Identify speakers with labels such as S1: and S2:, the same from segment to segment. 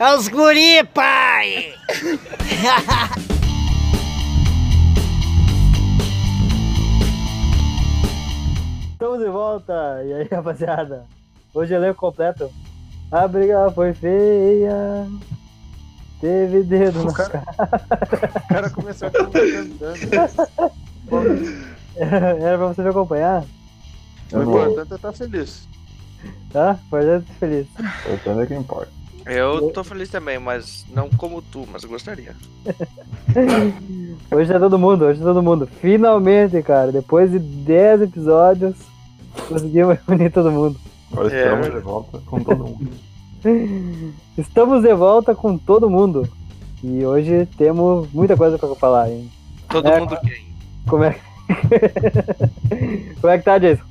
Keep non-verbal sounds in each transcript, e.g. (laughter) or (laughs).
S1: É os guri,
S2: (laughs)
S1: pai!
S2: Estamos de volta! E aí, rapaziada? Hoje é elenco completo. A briga foi feia. Teve dedo
S3: O
S2: na
S3: cara, o cara começou a um cantar.
S2: (laughs) Era pra você me acompanhar,
S3: O
S4: Eu vou.
S3: importante é estar feliz.
S2: tá? Fazendo feliz.
S4: Voltando é que importa.
S3: Eu tô feliz também, mas não como tu, mas gostaria.
S2: Hoje é todo mundo, hoje é todo mundo. Finalmente, cara, depois de 10 episódios, conseguimos (laughs) reunir todo mundo.
S4: Agora
S3: É.
S4: estamos de volta com todo mundo. (laughs)
S2: Estamos de volta com todo mundo. E hoje temos muita coisa pra falar, hein?
S3: Todo
S2: É,
S3: mundo quem?
S2: Como é que. Como é (laughs) que tá, Jason?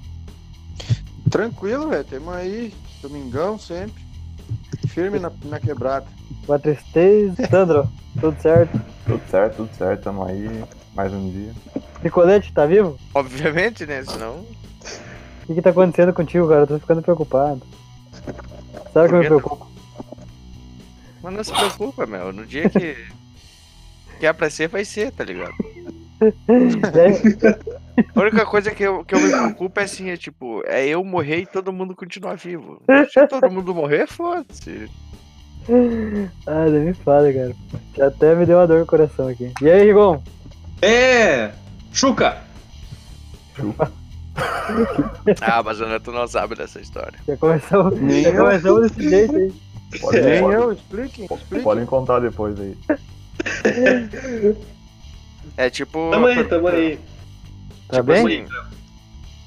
S3: Tranquilo, velho. Temos aí, domingão sempre. Firme na, na quebrada.
S2: Uma tristeza. Sandro, tudo certo?
S4: Tudo certo, tudo certo, tamo aí. Mais um dia.
S2: Nicolete, tá vivo?
S3: Obviamente, né? Senão.
S2: O que, que tá acontecendo contigo, cara? Eu tô ficando preocupado. Sabe o que me preocupa?
S3: Mas não se preocupa, meu. No dia que. Que é pra ser, vai ser, tá ligado?
S2: É,
S3: A única coisa que eu, que eu me preocupo é assim, é tipo, é eu morrer e todo mundo continuar vivo. Se todo mundo morrer, foda-se.
S2: (laughs) Ah, nem me fala, cara. Já até me deu uma dor no coração aqui. E aí, Rigon?
S5: É! Chuca!
S3: (laughs) Ah, mas o Neto não sabe dessa história.
S2: Já começamos,
S3: Nem
S2: já
S3: eu.
S2: começamos desse jeito aí.
S4: Pode,
S2: É,
S4: pode,
S3: expliquem,
S4: podem contar depois aí.
S3: É tipo.
S5: Tamo aí, tamo aí.
S2: Tá
S3: Tipo
S2: bem?
S3: assim,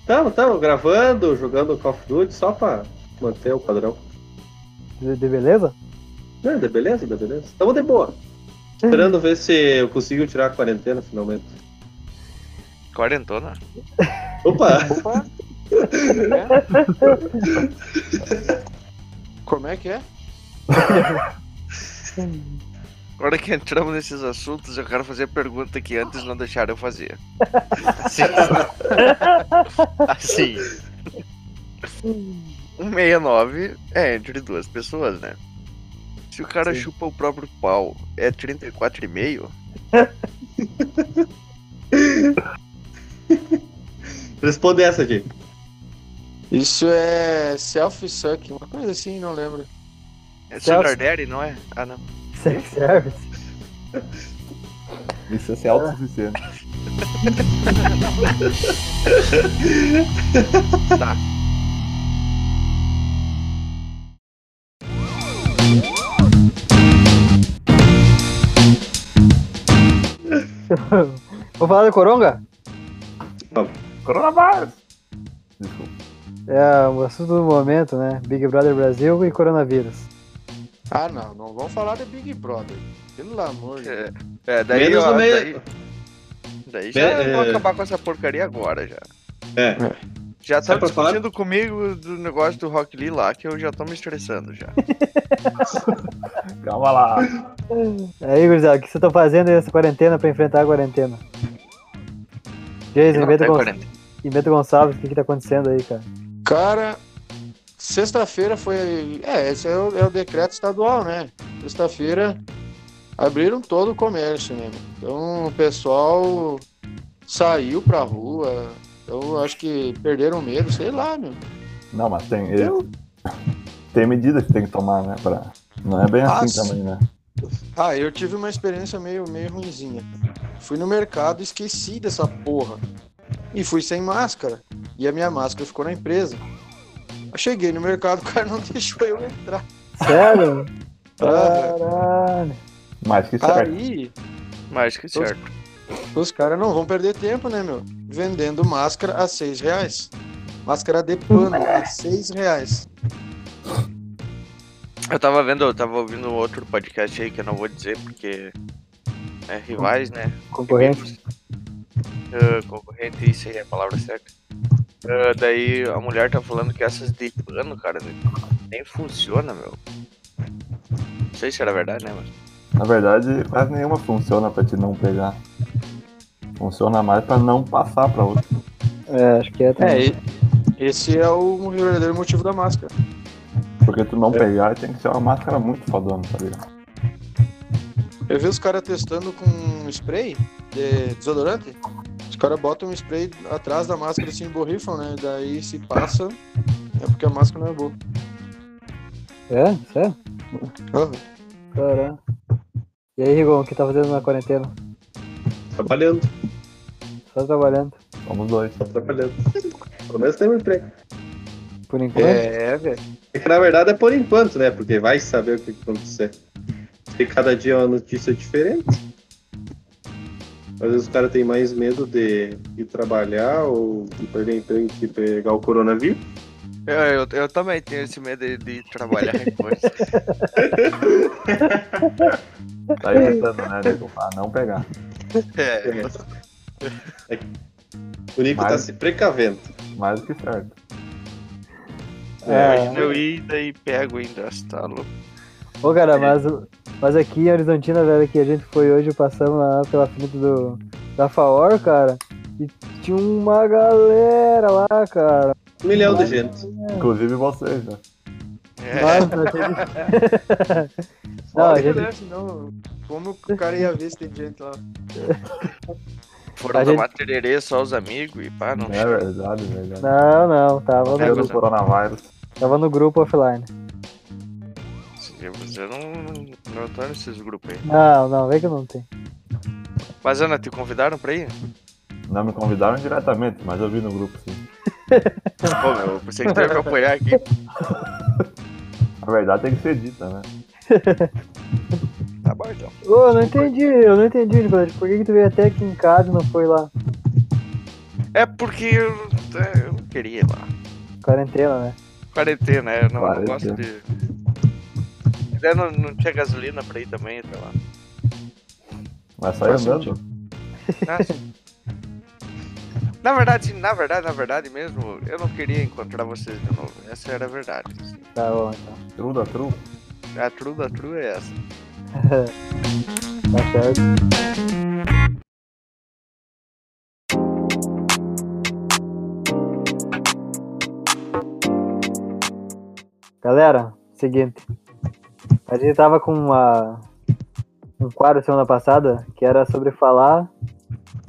S5: Tamo, tamo gravando, jogando Call of Duty só pra manter o padrão.
S2: De, de beleza? (laughs)
S5: Não, de beleza, de beleza. Tamo de boa. Esperando ver se eu consigo tirar a quarentena finalmente.
S3: quarentona.
S5: Opa!
S3: Como é que é? Agora que entramos nesses assuntos, eu quero fazer pergunta que antes não deixaram eu fazer. Assim. assim. 169 é entre duas pessoas, né? Se o cara chupa o próprio pau, é 34,5?
S5: Responde essa aqui.
S6: Isso é self-suck, uma coisa assim, não lembro.
S3: É
S2: Celso.
S3: Sugar Daddy, não é? Ah, não.
S2: Sex service?
S4: Isso é ser autossuficiente.
S2: Vou falar do Coronga?
S4: Coronavírus! Desculpa.
S2: É o assunto do momento, né? Big Brother Brasil e coronavírus.
S6: Ah, não, não vamos falar de Big Brother. Pelo amor de Deus.
S3: É, daí,
S5: Menos
S3: ó,
S5: no meio-
S3: daí, daí já
S5: Me-
S3: vou
S5: é.
S3: acabar com essa porcaria agora já.
S5: É.
S3: Já tá
S5: Sabe é? pra falar?
S3: discutindo comigo do negócio do Rock Lee lá, que eu já tô me estressando já.
S4: Calma lá.
S2: Aí, gurizada, É, o que vocês estão fazendo aí nessa quarentena pra enfrentar a quarentena? Jason,
S3: Não,
S2: Beto,
S3: é
S2: Gon...
S3: 40.
S2: e Beto Gonçalves, o que, que tá acontecendo aí, cara?
S6: Cara, sexta-feira foi. É, esse é o, é o decreto estadual, né? Sexta-feira abriram todo o comércio, né? Então o pessoal saiu pra rua. Eu acho que perderam o medo, sei lá, meu.
S4: Não, mas tem. é, Tem medidas que tem que tomar, né? Pra... Não é bem assim
S6: Ah,
S4: também, né?
S6: Ah, eu tive uma experiência meio, meio ruinzinha. Fui no mercado e esqueci dessa porra. E fui sem máscara. E a minha máscara ficou na empresa. Eu cheguei no mercado, (laughs) o cara não deixou eu entrar.
S2: Sério?
S6: Ah,
S2: (laughs) Caralho.
S4: Mas que certo.
S6: Aí,
S3: Mais que certo.
S6: os caras não vão perder tempo, né, meu? Vendendo máscara a seis reais. Máscara de pano a seis reais.
S3: Eu tava vendo, eu tava ouvindo outro podcast aí que eu não vou dizer porque é rivais, né?
S2: Concorrente.
S3: Ah, concorrente, isso aí é a palavra certa. Ah, daí a mulher tá falando que essas de pano, cara, nem funciona, meu. Não sei se era verdade, né, mas.
S4: Na verdade, quase nenhuma funciona pra te não pegar. Funciona mais pra não passar pra outra.
S2: É, acho que é também.
S6: É, e- esse é o verdadeiro motivo da máscara.
S4: Porque tu não pegar tem que ser uma máscara muito fodona, tá ligado?
S6: Eu vi os caras testando com um spray de desodorante. Os caras botam um spray atrás da máscara assim, borrifam, né? Daí se passa, é porque a máscara não é boa.
S2: É? Sério?
S6: Ah,
S2: Caramba. E aí, Rigon, o que tá fazendo na quarentena?
S5: Trabalhando,
S2: Só trabalhando,
S4: Somos dois.
S5: tô trabalhando. Pelo menos tem um emprego.
S2: por enquanto.
S6: É, velho.
S5: É que na verdade é por enquanto, né? Porque vai saber o que que acontecer. Porque cada dia é uma notícia diferente. Às vezes o cara tem mais medo de ir trabalhar ou de perder emprego que pegar o coronavírus.
S3: Eu, eu, eu também tenho esse medo de, de trabalhar em coisa.
S4: Tá evitando, né, Diego? Ah, não pegar.
S3: (laughs) É,
S5: É. O Nico tá
S4: Mas-
S5: se precavendo.
S4: Mais do que certo.
S2: É.
S3: Imagina eu ir daí pego ainda, você tá louco.
S2: Ô, cara, mas, o- mas aqui em Horizontina, velho, que a gente foi hoje, passamos lá pela frente do, da FAOR, cara, e tinha uma galera lá, cara.
S5: Um milhão de gente.
S4: Inclusive vocês, né?
S3: É,
S2: Nossa, teve- Não,
S6: é
S2: a
S6: né?
S2: gente-
S6: não. Como que o cara ia ver se tem gente lá?
S3: foram
S2: a gente-
S3: tomar tererê só os amigos e pá, não
S4: É verdade, verdade.
S2: não, é não, tava
S4: Pega
S2: no,
S4: do coronavírus.
S2: tava no grupo offline.
S3: Eu não, não tô nesses grupos aí.
S2: Não, não, vem que não tem.
S3: Mas Ana, te convidaram pra ir?
S4: Não me convidaram diretamente, mas eu vi no grupo, sim.
S3: Pô, meu, eu pensei que tu ia me apoiar aqui.
S4: A verdade tem que ser dita, né?
S3: Tá bom então.
S2: Ô, eu não entendi, eu não entendi, Nicolás, por que, que tu veio até aqui em casa e não foi lá?
S3: É porque eu, é, eu não queria ir lá.
S2: Quarentena, né?
S3: Quarentena, né? Eu não, não
S4: Quarentena.
S3: gosto de. E daí não, não tinha gasolina pra ir também,
S4: (laughs)
S3: até lá.
S4: Mas sai
S6: Faz
S4: andando.
S3: Ah, sim. Na verdade, na verdade, na verdade mesmo, eu não queria encontrar vocês de novo. Essa era a verdade.
S2: Tá bom, então.
S4: True da true. (laughs)
S3: A true da true é essa.
S2: Tá certo. Galera, seguinte. A gente tava com uma, um quadro semana passada que era sobre falar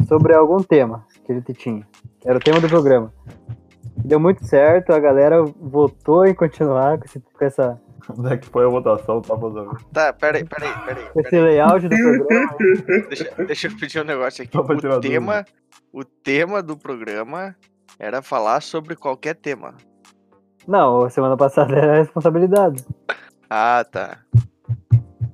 S2: sobre algum tema que a gente tinha. Era o tema do programa. Deu muito certo, a galera votou em continuar com, esse- com essa,
S4: Onde é que foi a votação? Tá pra saber.
S3: Tá, peraí, peraí, peraí.
S2: com
S3: peraí.
S2: esse layout do programa.
S3: Deixa, deixa eu pedir um negócio aqui.
S4: Só pra tirar
S3: O tema, o tema do programa era falar sobre qualquer tema.
S2: Não, semana passada era a responsabilidade.
S3: Ah, tá.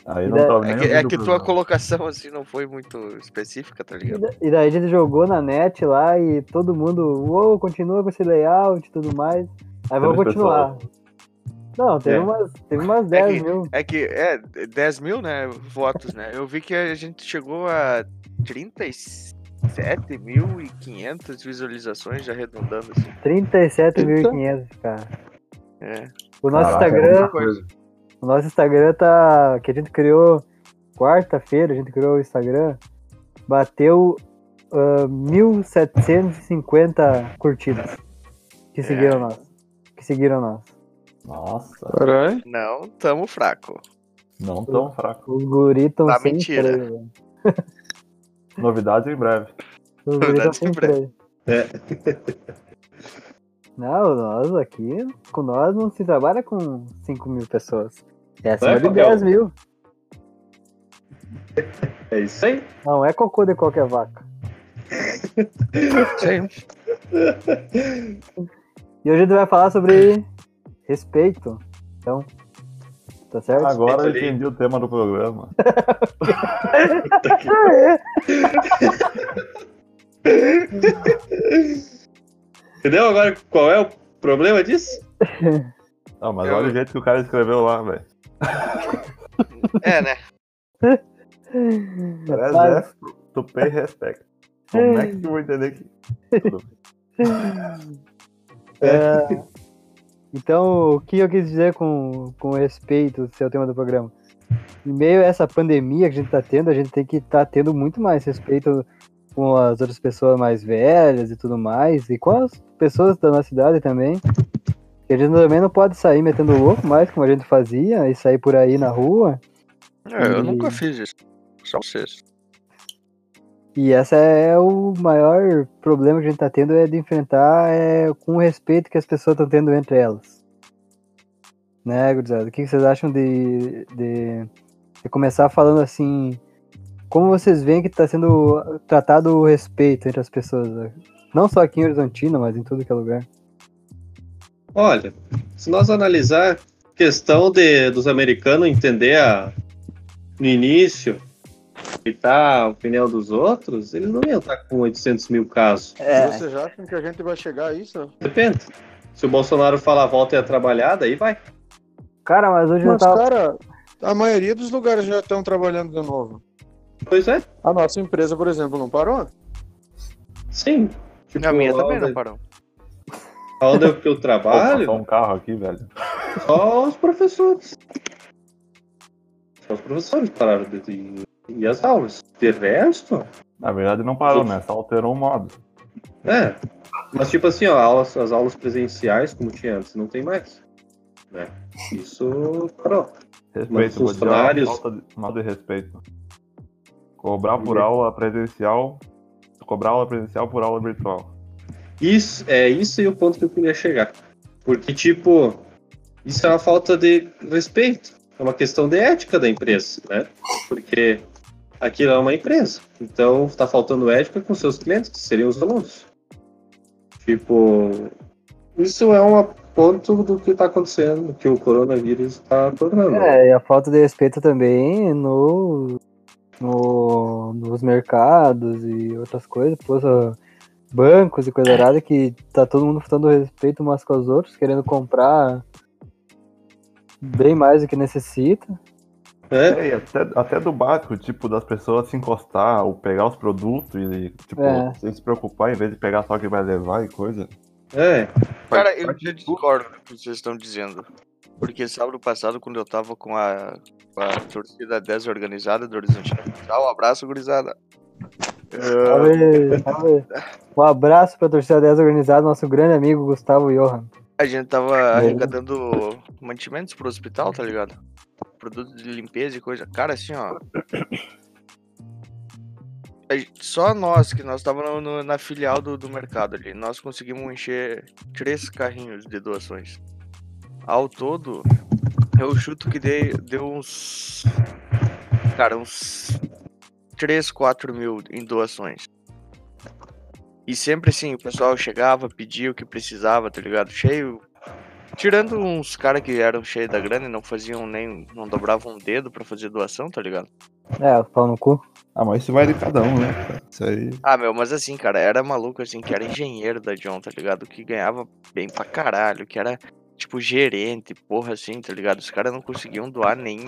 S4: Aí
S2: É
S4: não tava nem
S3: É que, é
S4: ouvindo
S3: que
S4: o
S3: tua
S4: programa.
S3: colocação assim não foi muito específica, tá
S2: E
S3: ligado?
S2: da- E daí a gente jogou na net lá e todo mundo, uou, continua com esse layout e tudo mais. Aí vamos
S4: Temos
S2: continuar. Não, teve,
S5: É.
S2: umas, teve umas
S3: É
S2: 10
S3: que-
S2: mil.
S3: É que é 10 mil, né? Votos, né? Eu vi que a gente chegou a 37.500 visualizações, já arredondando assim.
S2: 37.500, cara.
S3: É.
S2: O nosso
S4: Caraca, é
S2: Instagram,
S4: muita coisa.
S2: o nosso Instagram tá. Que a gente criou quarta-feira, a gente criou o Instagram, bateu ah, 1750 curtidas que
S3: É.
S2: seguiram nós. Que seguiram nós.
S4: Nossa,
S6: Caralho.
S3: Não, tamo fraco.
S4: não tão fraco.
S2: Os guris tão
S3: Tá
S2: sem
S3: mentira.
S2: freio, velho.
S4: Novidades em breve.
S2: Os guris tão
S3: Verdade,
S2: sem
S3: sempre é.
S2: freio.
S5: É.
S2: (laughs) Não, nós aqui, com nós não se trabalha com 5 mil pessoas. É acima de
S5: Fabião?
S2: 10 mil.
S5: É isso aí.
S2: Não é cocô de qualquer vaca.
S3: Sim.
S2: E hoje a gente vai falar sobre respeito. Então, tá certo?
S4: Agora eu
S5: ali.
S4: entendi o tema do programa.
S5: Entendeu agora qual é o problema disso?
S4: Não, mas
S3: Eu-
S4: olha o jeito que o cara escreveu lá, velho.
S3: É, né?
S2: Rapaz,
S4: Preserve to pay respect. Como é que eu vou entender que.
S2: é, Então, o que eu quis dizer com, com respeito, seu tema do programa? Em meio a essa pandemia que a gente tá tendo, a gente tem que estar tendo muito mais respeito com as outras pessoas mais velhas e tudo mais, e com as pessoas da nossa idade também. Que E a gente também não pode sair metendo louco mais, como a gente fazia, e sair por aí na rua.
S3: É, eu
S2: E-
S3: nunca fiz isso. Só um vocês.
S2: E essa é o maior problema que a gente tá tendo, é de enfrentar é, com o respeito que as pessoas estão tendo entre elas. Né, gurizada? O que que vocês acham de, de, de começar falando assim, como vocês veem que tá sendo tratado o respeito entre as pessoas? né? Não só aqui em Horizontina, mas em tudo que é lugar.
S5: Olha, se nós analisar a questão de, dos americanos entender a, no início evitar a opinião dos outros, eles não iam estar com 800 mil casos.
S6: Vocês acham que a gente vai chegar a isso?
S5: Depende. Se o Bolsonaro falar volta a trabalhar, daí vai.
S2: Cara, mas hoje eu
S6: Mas,
S2: tava...
S6: cara, a maioria dos lugares já estão trabalhando de novo.
S5: Pois é,
S6: A nossa empresa, por exemplo, não parou?
S5: sim.
S3: a minha
S5: lá
S3: também
S5: onde-
S3: não parou.
S5: lá Onde é que eu
S4: Pô,
S5: trabalho,
S4: passou um carro aqui, velho.
S5: só os professores. Só os professores pararam de, de, e as aulas. De resto,
S4: Na verdade não parou, né? Só alterou o modo.
S5: É, mas tipo assim, ó, aulas- as aulas presenciais, como tinha antes, não tem mais. Né? Isso parou.
S4: Respeito,
S5: Mas
S4: vou
S5: os
S4: dizer, uma
S5: funcionários-
S4: falta de, falta de respeito. Cobrar por
S5: Uhum.
S4: aula presencial, cobrar aula presencial por aula virtual.
S5: Isso, é isso aí o ponto que eu queria chegar. Porque, tipo, isso é uma falta de respeito. É uma questão de ética da empresa, né? Porque aquilo é uma empresa. Então, tá faltando ética com seus clientes, que seriam os alunos. Tipo, isso é um ponto do que tá acontecendo, do que o coronavírus tá tornando.
S2: É, e a falta de respeito também no, no- nos mercados e outras coisas, poxa, bancos e coisa errada, que tá todo mundo faltando respeito umas com os outros, querendo comprar bem mais do que necessita.
S5: né?
S4: É, e até, até do básico, tipo, das pessoas se encostar ou pegar os produtos e, tipo,
S2: É.
S4: sem se preocupar, em vez de pegar só o que vai levar e coisa.
S5: É.
S3: Cara, eu já discordo do que vocês estão dizendo. Porque sábado passado, quando eu tava com a, com a torcida 10 organizada do Horizonte Futsal, um abraço, gurizada. Ah,
S2: Salve, salve. Um abraço pra torcida 10 organizada, nosso grande amigo Gustavo Johan.
S3: A gente tava arrecadando mantimentos pro hospital, tá ligado? Produtos de limpeza e coisa. Cara, assim, ó. a gen- Só nós, que nós tava no- no- na filial do, do mercado ali, nós conseguimos encher três carrinhos de doações. Ao todo, eu chuto que dei, deu uns. Cara, uns 3, 4 mil em doações. E sempre assim, o pessoal chegava, pedia o que precisava, tá ligado? Cheio. Tirando uns caras que eram cheios da grana e não faziam nem. não dobravam um dedo pra fazer doação, tá ligado?
S2: É, o pau no cu.
S4: Ah, mas isso vai de cada um, né? cara? Isso aí.
S3: Ah, meu, mas assim, cara, era maluco assim, que era engenheiro da John, tá ligado? Que ganhava bem pra caralho, que era, tipo, gerente, porra assim, tá ligado? Os caras não conseguiam doar nem.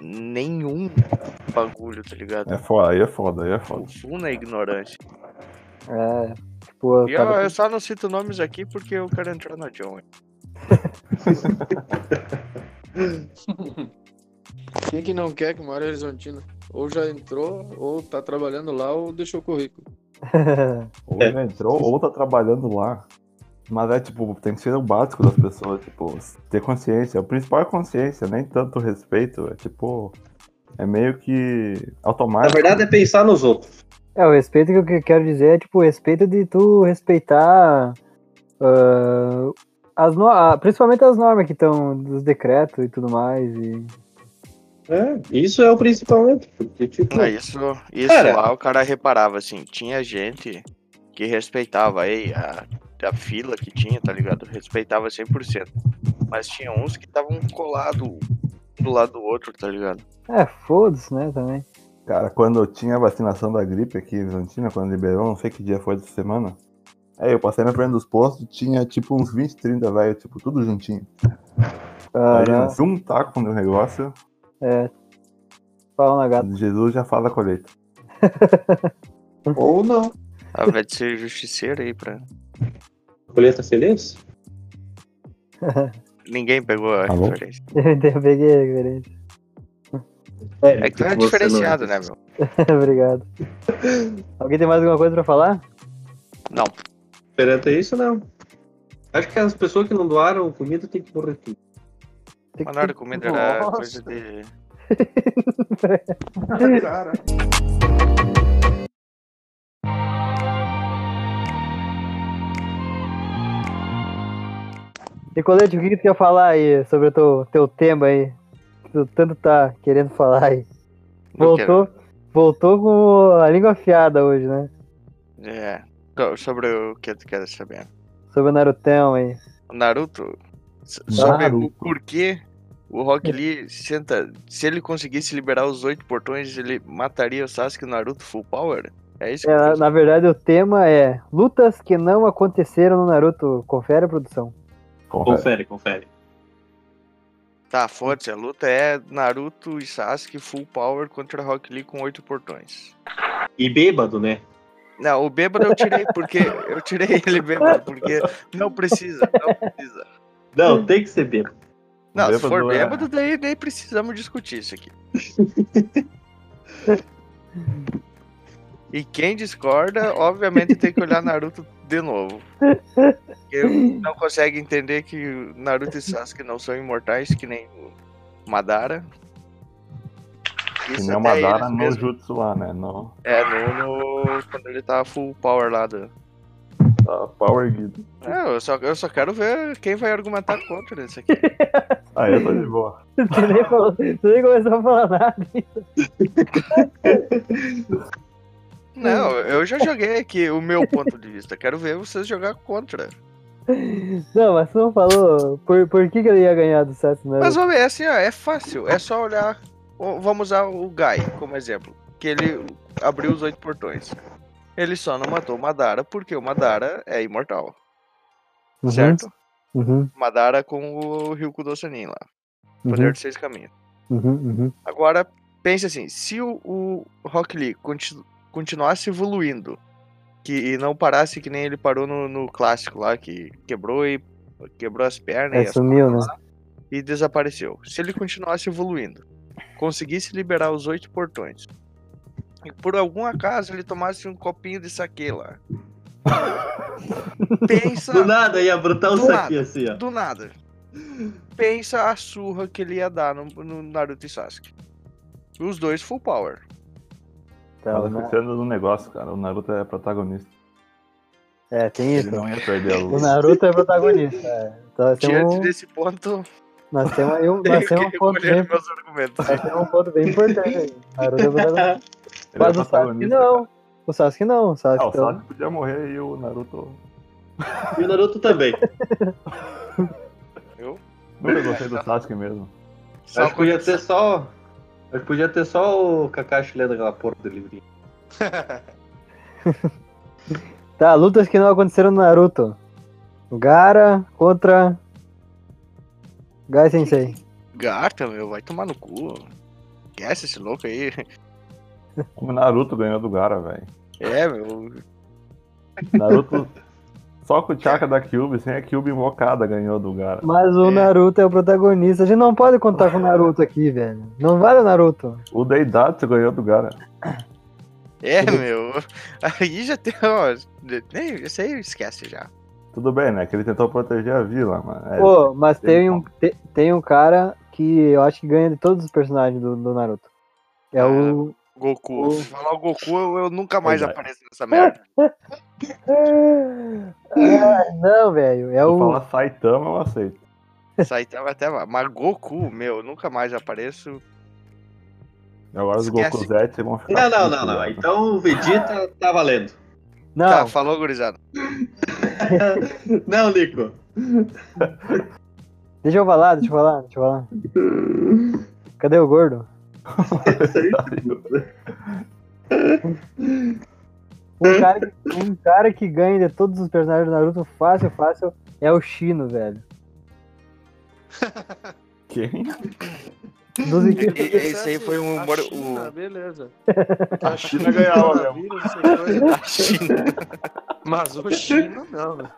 S3: nenhum bagulho, tá ligado?
S4: É foda, aí é foda, aí é foda.
S3: O full na ignorância.
S2: É, tipo,
S3: E eu,
S2: cara,
S3: eu só não cito nomes aqui porque eu quero entrar na John.
S6: Quem que não quer que mora em Horizontina? Ou já entrou, ou tá trabalhando lá, ou deixou o currículo.
S2: (laughs)
S4: Ou já entrou, ou tá trabalhando lá. Mas é tipo, tem que ser o básico das pessoas, tipo, ter consciência. O principal é consciência, nem tanto respeito. É tipo. É meio que
S5: Na
S4: automático.
S5: verdade é pensar nos outros.
S2: É, o respeito que eu que- quero dizer é, tipo, o respeito de tu respeitar ah, as no- ah, principalmente as normas que estão dos decretos e tudo mais. E...
S5: É, isso é o principalmente. Porque, tipo,
S3: Não, isso, isso
S5: Cara.
S3: lá o cara reparava, assim, tinha gente que respeitava aí a, a fila que tinha, tá ligado? Respeitava 100%. Mas tinha uns que estavam colados um do lado do outro, tá ligado?
S2: É, foda-se, né, também.
S4: Cara, quando eu tinha a vacinação da gripe aqui em Argentina, quando liberou, não sei que dia foi dessa semana. É, eu passei na frente dos postos, tinha tipo uns 20, 30 velho, tipo, tudo juntinho.
S5: Ah.
S4: Aí,
S2: Cara,
S4: se um taco no negócio,
S2: um pau na gata. (laughs)
S4: Jesus já faz a colheita.
S6: Ou não.
S3: Ao invés de ser justiceiro aí pra.
S5: colheita feliz?
S3: Ninguém pegou a
S4: Alô?
S3: referência.
S2: Eu peguei a referência. (laughs)
S3: É que tu é
S5: Você não-
S3: diferenciado, né, meu?
S2: Obrigado. Alguém tem mais alguma coisa pra falar?
S5: Perante isso, não. Acho que as pessoas que não doaram comida tem que morrer tudo.
S2: Tem que-
S3: Mandaram comida era
S6: Nossa.
S3: coisa de.
S4: Cara.
S2: Nicolete, o que, que tu quer falar aí sobre o teu, teu tema aí? Que tu tanto tá querendo falar aí.
S3: Não quero-
S2: Voltou, voltou com a língua afiada hoje, né?
S3: É. So- Sobre o que tu quer saber?
S2: Sobre o Narutão aí.
S3: O Naruto? so- Sobre o
S4: Naruto.
S3: porquê o Rock Lee senta. Se ele conseguisse liberar os oito portões, ele mataria o Sasuke e o Naruto full power? É isso que
S2: É,
S3: tu
S2: na,
S3: quer
S2: na verdade, o tema é lutas que não aconteceram no Naruto. Confere a produção. (laughs)
S4: Confere.
S5: (laughs) Confere, confere.
S3: Tá, foda-se, a luta é Naruto e Sasuke full power contra Rock Lee com oito portões.
S5: E bêbado, né?
S3: Não, o bêbado eu tirei porque. Eu tirei ele bêbado porque não precisa, não precisa.
S5: Não, tem que ser bêbado.
S3: Não, se
S4: Bêbado
S3: for
S4: é-
S3: bêbado, daí nem precisamos discutir isso
S4: (laughs)
S3: aqui. E quem discorda, obviamente tem que olhar Naruto de novo. Porque não consegue entender que Naruto e Sasuke não são imortais, que nem o Madara.
S4: Que
S3: Isso
S4: nem o
S3: até
S5: é
S4: Madara
S3: eles
S4: no
S3: mesmos-
S4: jutsu lá, né? No
S3: É, no, no- Quando ele tava full power lá. Do...
S4: ah, Power Guido.
S3: É, eu, só, eu só quero ver quem vai argumentar contra isso aqui.
S4: Ah, eu tô de boa.
S2: Tu nem, falou, tu nem começou a falar nada.
S3: Não, eu já joguei aqui o meu ponto de vista. Quero ver vocês jogar contra.
S2: Não, mas tu não falou por, por que, que ele ia ganhar do Sasuke no
S3: Mas
S2: Naruto.
S3: homem, é assim, ó, é fácil. É só olhar. Ó, Vamos usar o Guy como exemplo. Que ele abriu os oito portões. Ele só não matou o Madara porque o Madara é imortal.
S2: Uhum,
S4: é
S3: Certo?
S2: Uhum,
S3: Madara com o Ryuko do Senin lá. Poder
S2: uhum,
S3: de seis caminhos.
S2: uhum, uhum.
S3: Agora, pense assim, se o, o Rock Lee continu- continuasse evoluindo que, e não parasse que nem ele parou no, no clássico lá, que quebrou e quebrou as pernas
S2: É,
S3: e, as
S2: sumiu, né?
S3: pernas lá, e desapareceu. Se ele continuasse evoluindo, conseguisse liberar os oito portões, e por algum acaso ele tomasse um copinho de saque lá. pensa
S5: (laughs) Do nada ia brotar um
S3: Do
S5: saquinho assim, ó.
S3: do nada. Pensa a surra que ele ia dar no, no Naruto e Sasuke. Os dois full power.
S2: Tá,
S4: Mas
S2: o
S4: eu
S2: Na-
S4: pensando no negócio, cara. O Naruto é protagonista.
S2: É, tem isso.
S4: Ele não ia perder a
S2: O
S4: luta.
S2: Naruto é protagonista. É. Então, nós, temos,
S3: Diante
S2: um-
S3: desse ponto,
S2: nós temos aí
S4: (laughs)
S2: um,
S3: tenho
S2: nós
S3: que
S2: temos um ponto bem
S3: recolher meus argumentos.
S2: Acho que é um ponto bem importante aí.
S4: (laughs)
S2: Naruto é protagonista.
S4: Ele é
S2: Mas o Sasuke
S4: protagonista.
S2: não. O Sasuke não. O Sasuke,
S4: Ah, o
S2: então-
S4: Sasuke podia morrer e o Naruto.
S5: E o Naruto também.
S4: Nunca gostei do Sasuke mesmo.
S5: (laughs)
S3: Só
S5: Acho que podia
S3: quando-
S5: ter só. Acho que podia ter só o Kakashi lendo aquela porra do livrinho.
S2: Tá, lutas que não aconteceram no Naruto. O Gara contra. Gai Sensei.
S3: Gata, meu, vai tomar no cu. Esquece esse louco aí.
S4: Como o Naruto ganhou do Gara, velho.
S3: É, meu.
S4: Naruto só com o Chaka da Cube, sem a Cube invocada, ganhou do Gara.
S2: Mas o
S3: É.
S2: Naruto é o protagonista. A gente não pode contar com o Naruto aqui, velho. Não vale o Naruto.
S4: O Deidatsu ganhou do Gara.
S3: É, meu. Aí já tem, ó. Nem, isso aí esquece já.
S4: Tudo bem, né? Que ele tentou proteger a vila, mano. É,
S2: Pô, mas
S4: tem
S2: tem um, te- tem um cara que eu acho que ganha de todos os personagens do, do Naruto. É o.
S3: Goku. Se falar o Goku, eu, eu nunca mais
S6: é.
S4: Verdade.
S3: apareço nessa
S6: (laughs)
S3: merda.
S2: Ah, não, velho. É
S4: se
S2: o.
S4: falar Saitama, eu aceito.
S3: Saitama até vai. Mas Goku, meu, eu nunca mais apareço.
S4: Agora os
S3: Esquece.
S4: Goku Zete vão ficar.
S5: Não, não, não,
S4: putos,
S5: não.
S4: né?
S5: Então o Vegeta tá valendo.
S2: Não,
S3: Tá, falou, gurizada.
S5: Não, Nico.
S2: deixa eu falar, deixa eu falar, deixa eu falar. Cadê o gordo? Um cara, que- um cara que ganha de todos os personagens do Naruto fácil, fácil, é o Shino, velho.
S4: Quem?
S2: Dos equipes-
S3: E- É, esse aí foi um
S6: é A
S3: bora-
S6: China,
S3: o-
S6: Beleza. A China
S4: ganhava
S5: é
S4: mesmo.
S5: um
S6: coronavírus, essa coisa.
S3: (laughs) A China.
S6: Mas o China não. né?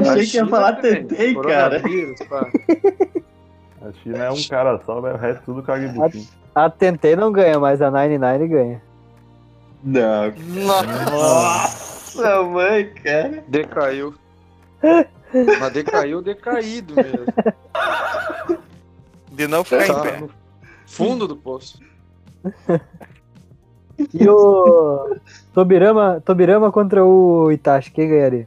S5: Achei
S6: A
S5: que ia
S6: China
S5: falar
S6: também.
S5: Tetei, cara.
S6: Coronavírus, pá.
S4: A China é um cara só, mas o resto tudo caga de
S2: A Tentei não ganha, mas a Nine Nine ganha.
S5: Não.
S3: Nossa.
S5: Nossa, mãe, cara.
S6: Decaiu. Mas decaiu decaído
S5: (laughs)
S6: mesmo.
S5: Tá
S3: De não ficar em
S6: Tá
S3: pé.
S6: no fundo do poço.
S2: E o Tobirama, Tobirama contra o Itachi, quem ganharia?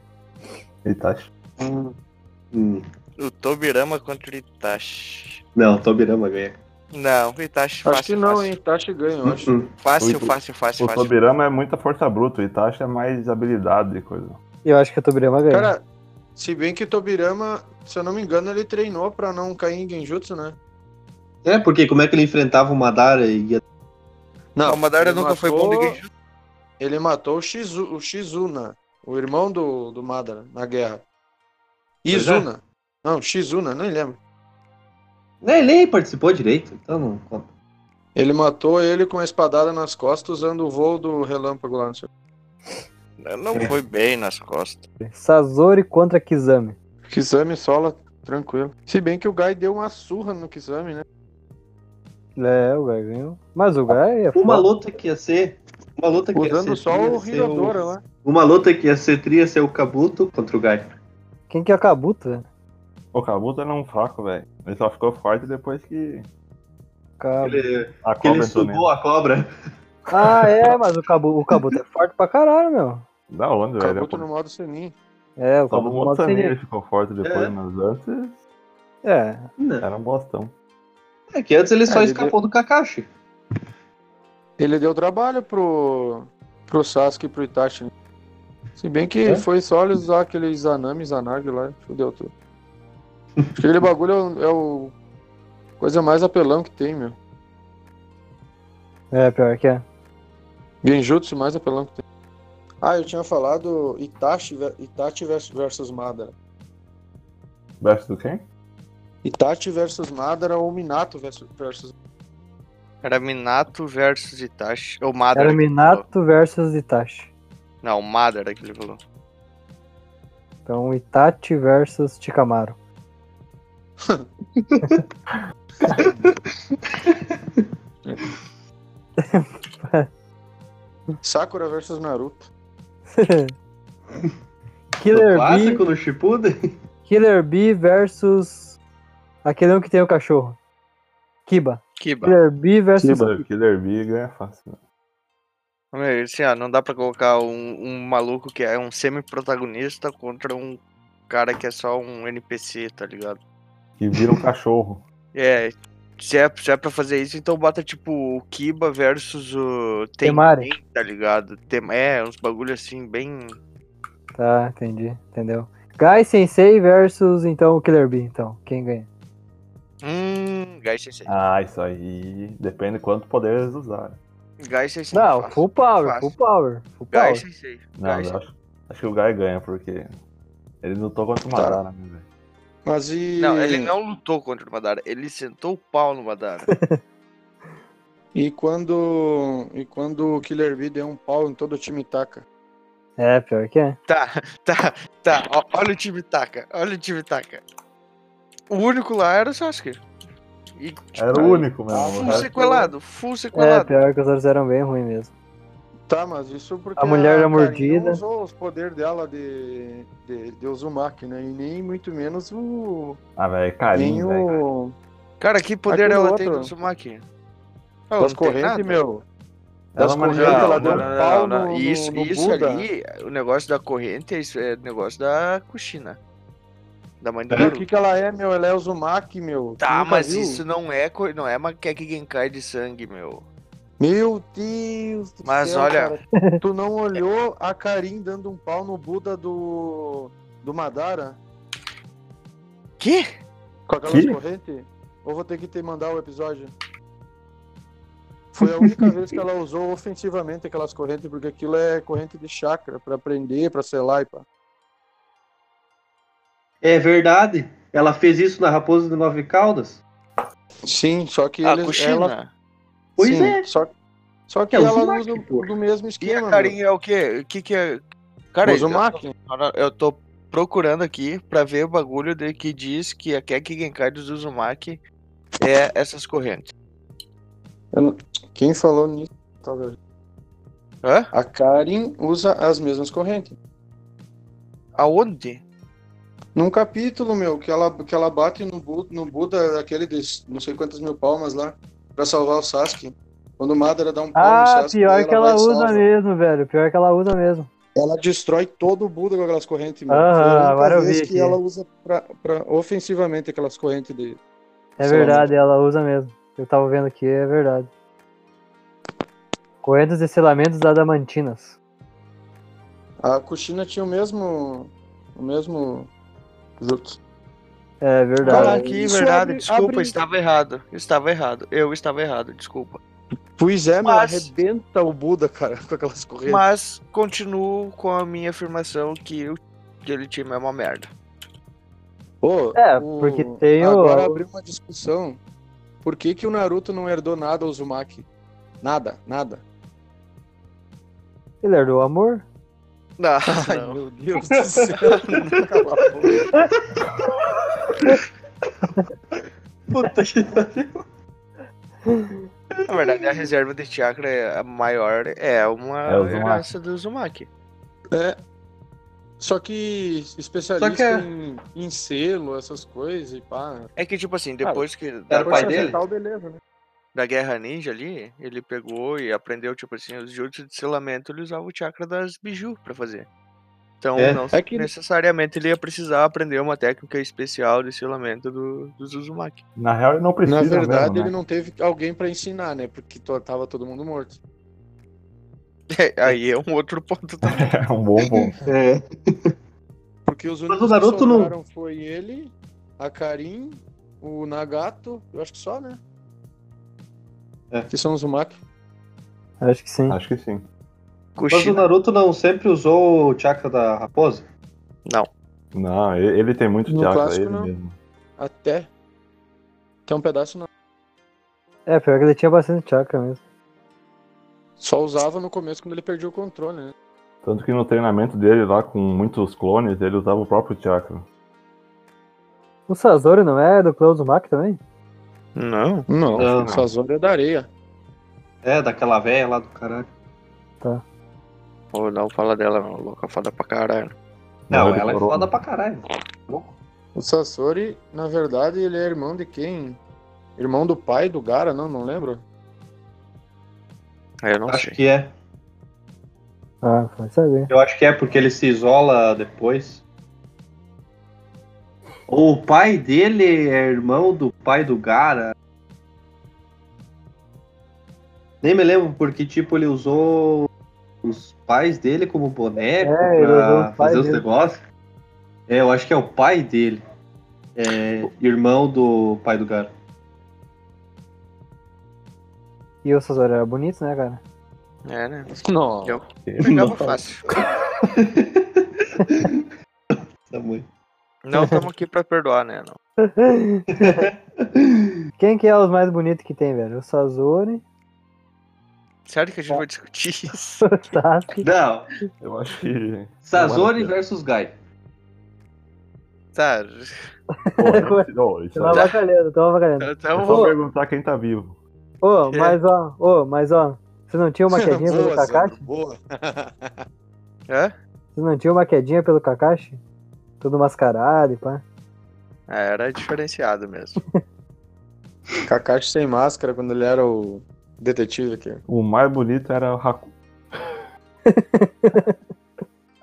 S4: Itachi.
S5: Hum.
S3: O Tobirama contra o Itachi.
S5: Não, Tobirama ganha.
S3: Não, o Itachi fácil.
S6: Acho que não,
S3: fácil.
S6: hein? Tachi ganha, eu acho.
S5: Hum.
S3: Fácil,
S4: O-
S3: fácil, fácil,
S4: O
S3: fácil.
S4: Tobirama é muita força bruta, o Itachi é mais habilidade e coisa.
S2: Eu acho que o Tobirama ganha.
S6: Cara, se bem que o Tobirama, se eu não me engano, ele treinou pra não cair em Genjutsu, né?
S5: É, porque como é que ele enfrentava o Madara e ia...
S3: Não, o Madara
S6: ele
S3: nunca foi bom
S6: matou-
S3: de Genjutsu.
S6: Ele matou o, Shizu, o Shizuna, o irmão do, do Madara, na guerra.
S5: Pois é.
S6: Izuna. Não, Shizuna, nem lembro.
S5: Né, ele nem participou direito, então não conta.
S6: Ele matou ele com a espadada nas costas usando o voo do relâmpago lá. Não sei.
S3: Não foi bem nas costas.
S2: Sazori contra Kizami.
S6: Kisame sola, tranquilo. Se bem que o Gai deu uma surra no Kisame, né?
S2: É, o Gai ganhou. Mas o Gai é foda.
S5: Uma luta que ia ser... Uma luta que ia
S6: Usando
S5: ser...
S6: só
S5: tri ia
S6: o
S5: ser
S6: Hirodora lá.
S5: Uma luta que ia ser tri ia ser o Kabuto contra o Gai.
S2: Quem que é o Kabuto, velho?
S4: O Kabuto era um fraco, velho. Ele só ficou forte depois que
S2: Kabuto.
S5: Ele, é
S4: a
S5: que ele
S4: cobra entrou nele.
S5: sugou a cobra. (laughs)
S2: Ah, é, mas o Kabuto, o Kabuto é forte pra caralho, meu.
S4: Da onde, velho?
S6: Kabuto no modo Senin.
S2: É, o
S4: Todo
S2: Kabuto
S4: mundo
S2: mata
S4: também
S2: ninguém.
S4: ele ficou forte depois,
S5: É.
S4: mas antes
S2: É,
S5: Não.
S4: era um bostão.
S5: É que antes ele só
S6: É, ele
S5: escapou do Kakashi.
S6: Ele deu trabalho pro, pro Sasuke e pro Itachi. né? Se bem
S3: É?
S6: que foi só ele usar aquele Zanami, Zanagi lá, fudeu tudo. Acho que aquele bagulho é o, é o- coisa mais apelão que tem, meu.
S2: é pior que é.
S6: Genjutsu mais apelão que tem. Ah, eu tinha falado Itachi, ve- Itachi vers- versus Madara.
S4: Baixo do quem?
S6: Itachi versus Madara ou Minato versus, versus
S3: Era Minato versus Itachi. Ou Madara.
S2: Era
S3: que ele
S2: Minato versus Itachi.
S3: falou. Não, Madara que ele falou.
S2: Então, Itachi versus Chikamaru.
S6: Sakura versus Naruto.
S5: O
S2: Killer
S5: clássico
S2: Bee,
S5: no Shippuden. (laughs)
S2: Killer Bee versus aquele um que tem o cachorro. Kiba.
S3: Kiba.
S2: Killer Bee versus
S4: Killer, Killer Bee ganha fácil. né?
S3: Meu, Assim, ó, não dá pra colocar um, um maluco que é um semi-protagonista contra um cara que é só um NPC, tá ligado?
S4: E vira um cachorro.
S3: É, se é, se é pra fazer isso, então bota tipo o Kiba versus o Tem,
S2: Temari.
S3: tá ligado? Tem, é, uns bagulho assim, bem.
S2: Tá, entendi, entendeu? Gai Sensei versus então o Killer Bee, então, quem ganha?
S3: Hum, Gai Sensei.
S4: Ah, isso aí depende quanto poder eles usarem.
S3: Gai Sensei. é
S2: Não,
S3: fácil.
S2: full power,
S3: fácil.
S2: full power, full
S3: Gai
S2: power.
S3: Sensei.
S4: Não,
S3: Gai
S4: eu
S3: Sensei.
S4: acho, acho que o Guy ganha, porque ele lutou contra o
S6: Tá.
S4: Madara, né, velho?
S6: Mas e.
S3: Não, ele não lutou contra o Madara, ele sentou o pau no Madara.
S6: E quando. E quando o Killer Bee deu um pau em todo o time Taka.
S2: É, pior que é.
S3: Tá, (laughs) tá, tá. Ó, olha o time Taka. Olha o time Taka. O único lá era o Sasuke. E, tipo,
S6: Tá.
S4: Era o único
S6: Ah,
S4: mesmo. né? o
S3: Full
S4: resto-
S3: sequelado, full
S2: É,
S3: sequelado.
S2: pior que os outros eram bem ruins mesmo.
S6: Tá, mas isso porque
S2: A mulher da
S6: Karin não
S2: mordida.
S6: usou os poderes dela de, de, de Uzumaki, né? E nem muito menos o.
S4: Ah, velho,
S6: nem
S4: carinho, velho.
S6: o.
S3: Cara, que poder
S6: Aquele
S3: ela
S6: outro.
S3: tem no Sumaki? Ela
S6: Das
S3: não tem nada.
S6: correntes, meu.
S4: Ela
S6: Das correntes,
S4: manjava,
S6: ela
S4: né?
S6: deu um
S3: Não,
S6: pau
S3: não,
S6: no,
S3: não.
S6: no-
S3: Isso,
S6: no
S3: isso
S6: Buda.
S3: ali, o negócio da corrente é isso, é negócio da Kushina. Da mãe do
S6: E o
S3: Naruto.
S6: que, que ela é, meu? Ela é Uzumaki, meu. Tu
S3: Tá,
S6: nunca
S3: mas
S6: viu?
S3: isso não é, co- não é Makeki Genkai de sangue, meu.
S6: Meu Deus do
S3: Mas
S6: céu,
S3: olha-
S6: cara. Tu não olhou a Karin dando um pau no Buda do. do Madara?
S3: Que?
S6: Com aquelas
S4: Que?
S6: correntes? Ou vou ter que te mandar o episódio? Foi a única vez que ela usou ofensivamente aquelas correntes, porque aquilo é corrente de chakra, pra prender, pra selar e pá.
S5: É verdade. Ela fez isso na Raposa de Nove Caldas.
S6: Sim, só que
S3: A
S6: eles-
S3: Kushina.
S6: ela-
S5: Pois
S6: sim,
S5: é.
S6: Só, só que
S5: É,
S6: ela
S5: Uzumaki,
S6: usa
S5: pô.
S6: do mesmo
S3: E a
S6: esquema.
S3: carinha é o quê? O que que é? Cara, eu tô,
S6: Uzumaki?
S3: eu tô procurando aqui pra ver o bagulho de que diz que a Keki Genkai dos Uzumaki é essas correntes.
S6: Quem falou nisso? Talvez.
S3: Hã?
S6: A Karen usa as mesmas correntes.
S3: Aonde?
S6: Num capítulo, meu, que ela, que ela bate no, Bu, no Buda, aquele de não sei quantas mil palmas lá, pra salvar o Sasuke. Quando o Madara dá um pau no
S2: Ah,
S6: Sasuke,
S2: pior que
S6: vai
S2: ela
S6: e
S2: usa
S6: salva.
S2: mesmo, velho. Pior que ela usa mesmo.
S6: Ela destrói todo o Buda com aquelas correntes, meu.
S2: Aham,
S6: Foi a única
S2: agora eu
S6: vez
S2: vi
S6: que
S2: aqui.
S6: ela usa pra, pra ofensivamente aquelas correntes dele.
S2: É
S6: Sim.
S2: verdade, ela usa mesmo. Eu tava vendo aqui, é verdade. Correntes e selamentos adamantinas.
S6: A Kushina tinha o mesmo. O mesmo. Jutsu.
S2: É verdade.
S3: Caraca,
S6: isso
S3: que verdade,
S6: abre-
S3: desculpa,
S6: abre-
S3: estava errado. Eu estava errado, eu estava errado, desculpa.
S6: Pois é, meu,
S3: Mas-
S6: arrebenta o Buda, cara, (laughs) com aquelas correntes.
S3: Mas continuo com a minha afirmação que o aquele time é uma merda. (laughs)
S6: Pô,
S2: É,
S6: o-
S2: porque tem o-
S6: Agora abriu uma discussão. Por que, que o Naruto não herdou nada ao Uzumaki? Nada, nada.
S2: Ele herdou o amor?
S3: Não,
S6: (laughs) Ai,
S3: não.
S6: meu Deus do céu. (laughs) Cala a boca.
S5: (laughs) Puta que
S3: Na verdade, a reserva de chakra é a maior é uma
S4: É o Uzumaki.
S3: raça do Uzumaki.
S6: Só que especialista
S5: Só que é-
S6: em, em selo, essas coisas e pá.
S3: É que, tipo assim, depois que da,
S5: Era o pai
S6: Força
S5: dele?
S6: Vital, beleza, né?
S3: da Guerra Ninja ali, ele pegou e aprendeu, tipo assim, os jutsu de selamento, ele usava o chakra das biju pra fazer. Então,
S5: É.
S3: não
S6: É que-
S3: necessariamente ele ia precisar aprender uma técnica especial de selamento do, dos Uzumaki.
S4: Na real, ele não precisa
S6: Na verdade, ele
S4: mesmo, né?
S6: não teve alguém pra ensinar, né? Porque to- tava todo mundo morto.
S3: Aí é um outro ponto também.
S4: (laughs) É um bom bom.
S5: É.
S6: Porque os únicos
S5: Naruto
S6: que
S5: não-
S6: sobraram foi ele, a Karin, o Nagato, eu acho que só, né?
S5: É.
S6: Que são os Uzumaki.
S2: Acho que sim.
S4: Acho que sim.
S5: (laughs) Mas o
S2: né?
S3: Kushina.
S5: Naruto não sempre usou o chakra da raposa?
S4: Não, ele, ele tem muito
S6: No
S4: teatro,
S6: clássico,
S4: ele
S6: não.
S4: mesmo.
S6: Até. Tem um pedaço não.
S2: É, pior que ele tinha bastante chakra mesmo.
S6: Só usava no começo quando ele perdia o controle, né?
S4: Tanto que no treinamento dele lá com muitos clones, ele usava o próprio chakra.
S2: O Sazori não é do Clã Uzumaki também?
S3: Não.
S6: Não,
S5: Não,
S6: não. Sazori é da areia.
S5: É, daquela véia lá do caralho.
S3: Ou não fala dela, não. Louca foda pra caralho.
S5: Não,
S4: ele
S5: ela é
S4: parou.
S2: né?
S5: foda pra caralho. Louco.
S6: O Sasori, na verdade, ele é irmão de quem? Irmão do pai do Gara, não, não (laughs) lembro.
S3: Aí eu não
S5: Acho
S3: sei.
S5: que é.
S2: Ah, vai saber.
S5: Eu acho que é porque ele se isola depois. Ou o pai dele é irmão do pai do Gara. Nem me lembro porque, tipo, ele usou os pais dele como boneco
S2: É, ele usou
S5: pra
S2: os pais
S5: fazer os
S2: dele.
S5: negócios. É, eu acho que é o pai dele. É, irmão do pai do Gara.
S2: E o Sazori era bonito, né, cara?
S5: (laughs)
S3: É, né?
S6: Não.
S3: Eu- Pegava
S5: Nossa.
S3: fácil.
S5: Tá muito.
S3: Não estamos aqui pra perdoar, né? Não.
S2: Quem que é os mais bonitos que tem, velho? O Sazori, (laughs)
S3: Sério que a gente vai discutir isso? (laughs)
S2: o Sasuke.
S5: Não,
S4: (laughs) Eu acho que.
S5: (laughs) Sazori versus Gai.
S3: Tá,
S4: Pô, esse- ô, isso
S2: Tô
S4: aí-
S2: avacalhando, tô avacalhando.
S4: É
S3: então
S4: só
S2: Ô.
S4: perguntar quem tá vivo.
S2: Ô,
S3: É.
S2: mas ó, ô, mas ó, você não tinha uma quedinha pelo
S6: (laughs) boa, Sandro,
S2: Kakashi?
S6: boa.
S3: Hã?
S2: Você não tinha uma quedinha pelo Kakashi? Tudo mascarado e pá.
S3: É, era diferenciado mesmo.
S6: Kakashi sem máscara quando ele era o detetive aqui.
S4: O mais bonito era o Haku.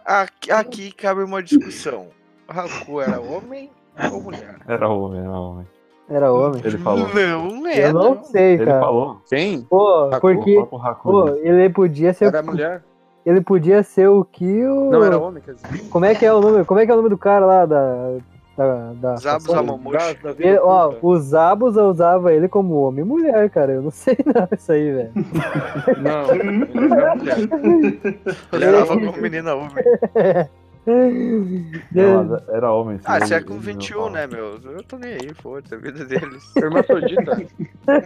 S3: Aqui, aqui cabe uma discussão. Haku era homem ou mulher?
S4: Era homem, era homem.
S2: Era homem.
S4: Ele falou.
S3: Não, é.
S2: Eu não sei,
S4: Ele
S2: cara.
S4: falou.
S6: Quem?
S2: Pô,
S6: Haku,
S4: O
S2: porque
S4: próprio Haku. né?
S2: pô, ele podia ser
S6: Era mulher?
S2: ele podia ser o que o
S6: Não, era homem, quer dizer.
S2: Como é que é o nome? Como é que é o nome do cara lá da da, da
S3: Zabu
S2: fação?
S3: Zamamushi.
S6: Gás da vida
S2: Ele- ó,
S6: oculta.
S2: o Zabuza usava ele como homem e mulher, cara. Eu não (laughs) sei não isso aí, velho.
S6: Não, ele era mulher.
S3: Ele era como menina homem.
S4: Não, mas era homem. sim,
S3: Ah,
S4: ele-
S3: se é com
S4: ele
S3: 21,
S4: falou.
S3: né, meu? Eu tô nem aí, foda-se, a vida deles.
S6: Hermafrodita.
S2: (laughs)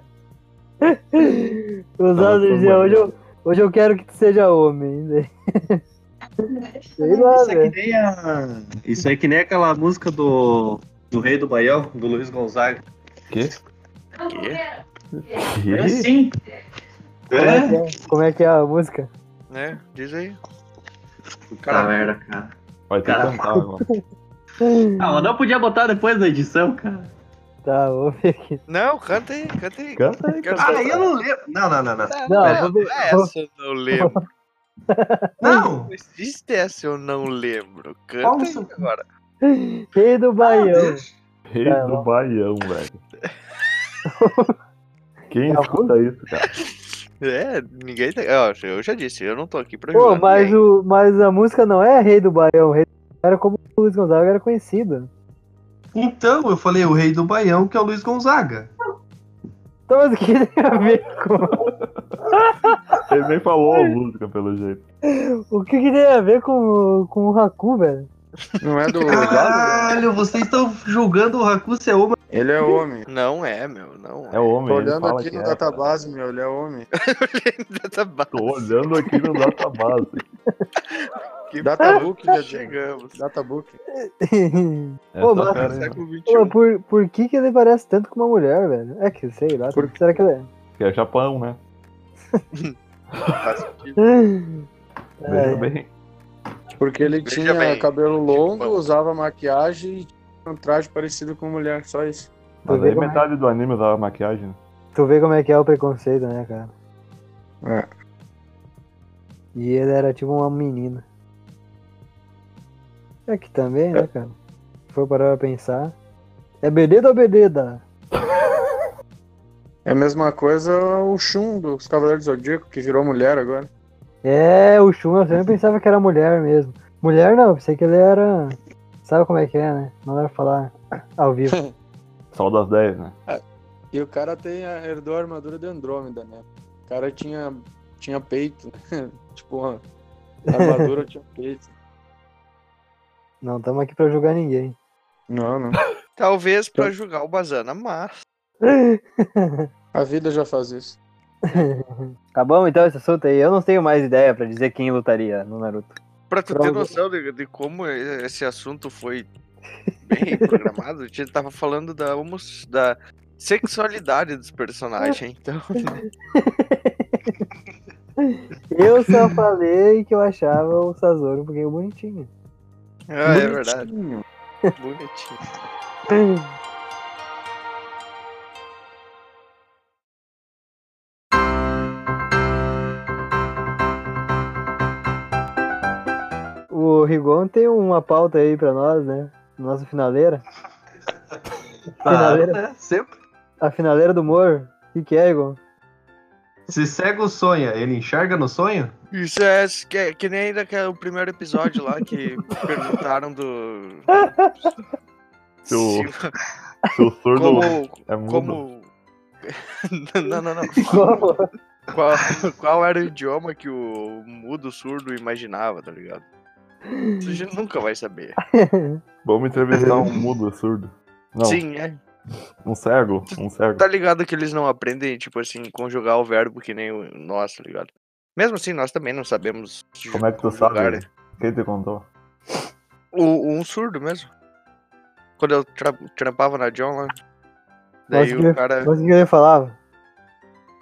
S2: Os
S4: Tava
S2: outros dias,
S4: formando.
S2: hoje eu, hoje eu quero que tu seja homem. (laughs) né? Sei lá,
S5: Isso
S7: né?
S5: é,
S2: velho.
S5: que nem a- Isso é que nem aquela música do, do Rei do Baião, do Luiz Gonzaga.
S4: Quê?
S3: Quê?
S4: Quê?
S5: sim.
S2: Como é
S3: assim,
S7: assim.
S5: É?
S2: que é- Como é que é a música?
S3: né? Diz aí.
S5: O
S7: Tá
S5: cara
S7: merda, cara.
S4: Vai ter que
S7: Cara.
S4: cantar agora.
S7: Ah, mas não podia botar depois da edição, cara.
S2: Tá, vou ver aqui.
S3: Não, canta aí, canta aí.
S4: né? Canta aí,
S3: Quero
S4: cara.
S7: Ah, eu não lembro. Não, não, não, não.
S2: Não,
S3: é,
S2: vou ver-
S3: não é essa eu não lembro.
S7: Não!
S3: Não existe essa eu não lembro.
S7: Qual
S3: Canta aí
S7: isso?
S3: agora.
S2: Rei do Baião.
S4: Rei
S2: Tá,
S4: do
S2: ó.
S4: Baião,
S6: (laughs)
S4: velho.
S6: É
S4: Quem
S2: Tá
S4: escuta isso, cara?
S3: É, ninguém tá. Ó, eu já disse, eu não tô aqui pra
S2: Pô,
S3: julgar
S2: mas,
S3: ninguém.
S2: o, mas a música não é Rei do Baião. Rei do Baião era como o Luiz Gonzaga era conhecido.
S7: Então, eu falei o rei do Baião, que é o Luiz Gonzaga.
S2: Então, mas o que tem a ver com.
S4: Ele nem falou a música, pelo jeito.
S2: O que, que tem a ver com, com o Haku, velho?
S6: (laughs) Não é do.
S5: Ah!
S7: Caralho, vocês estão julgando o Raku ser homem.
S6: Ele é homem.
S3: Não é, meu, não é.
S4: É o homem.
S6: Tô
S4: ele
S6: olhando
S4: fala
S6: aqui
S4: que
S6: no
S4: é, cara.
S6: database, meu, ele é homem.
S3: (laughs) Tá ba-
S4: Tô olhando aqui no database.
S6: (laughs)
S3: que
S6: Databook,
S3: já
S6: já chega.
S3: chegamos. Tá
S6: Databook.
S2: Pô,
S4: Essa
S2: mas-
S4: fera aí, mano.
S3: Século um,
S2: Pô,
S3: XXI.
S2: por, por que, que ele parece tanto com uma mulher, velho? É que sei lá.
S6: Por-
S2: Será que ele é?
S4: Que é Japão, né?
S3: faz sentido.
S4: Veja
S2: É.
S4: bem.
S6: (laughs) Porque ele
S3: Veja
S6: tinha
S3: bem. tipo,
S6: cabelo longo,
S3: Bom.
S6: usava maquiagem e tinha um traje parecido com mulher, só isso.
S4: Mas
S2: Por
S4: aí
S6: é?
S2: que
S4: metade do anime usava maquiagem. né?
S2: (laughs) Tu vê como é que é o preconceito, né, cara?
S6: É.
S2: E ele era tipo uma menina. É que também, né, cara? Se for parar pra pensar. É beleza ou beleza?
S6: É a mesma coisa o Shun dos Cavaleiros do Zodíaco, que virou mulher agora.
S2: É, o Shun, eu sempre pensava que era mulher mesmo. Mulher não, eu pensei que ele era. Sabe como é que é, né? Não dá pra falar ao vivo.
S4: Sol das 10, né?
S6: E o cara tem a, herdou a armadura de Andrômeda, né? O cara tinha, tinha peito, né? (laughs) tipo, a armadura tinha peito.
S2: Não estamos aqui pra julgar ninguém.
S6: Não, não.
S3: Talvez
S6: Então-
S3: pra julgar o Bazana, mas.
S6: A vida já faz isso.
S2: Tá bom, então esse assunto aí. Eu não tenho mais ideia pra dizer quem lutaria no Naruto.
S3: Pra tu ter
S2: Pronto.
S3: noção de, de como esse assunto foi bem (laughs) programado, a gente tava falando da, homos- da sexualidade dos personagens, então. (laughs)
S2: Eu só falei que eu achava o Sazoro um pouquinho bonitinho.
S3: Ah, é verdade.
S6: Bonitinho.
S3: Bonitinho.
S2: O Rigon tem uma pauta aí pra nós, né? Nossa finaleira.
S5: Ah.
S2: Finaleira.
S7: né? Sempre.
S2: A finaleira do Moro. O que, que é, Rigon?
S7: Se cego sonha, ele enxerga no sonho?
S3: Isso é que, que nem daquele primeiro episódio lá que
S6: (laughs)
S3: perguntaram do.
S4: Se o-
S3: Se-
S4: Seu surdo
S3: como.
S4: é mudo.
S3: como... não, não, não.
S2: Como?
S4: (laughs)
S3: Qual, (laughs) qual era o idioma que o mudo surdo imaginava, tá ligado? Isso a gente nunca vai saber.
S4: Vamos entrevistar
S3: (laughs)
S4: um mudo surdo. Não,
S3: Sim, é.
S4: um cego, um cego.
S3: Tá ligado que eles não aprendem, tipo assim, conjugar o verbo que nem o nós, tá ligado? Mesmo assim, nós também não sabemos. ju-
S4: Como é que tu
S3: conjugar,
S4: sabe?
S3: né?
S4: Quem te contou?
S3: O, um surdo mesmo. Quando eu tra trampava na John lá. Daí
S2: Nossa,
S3: o cara.
S2: Mas o que ele falava?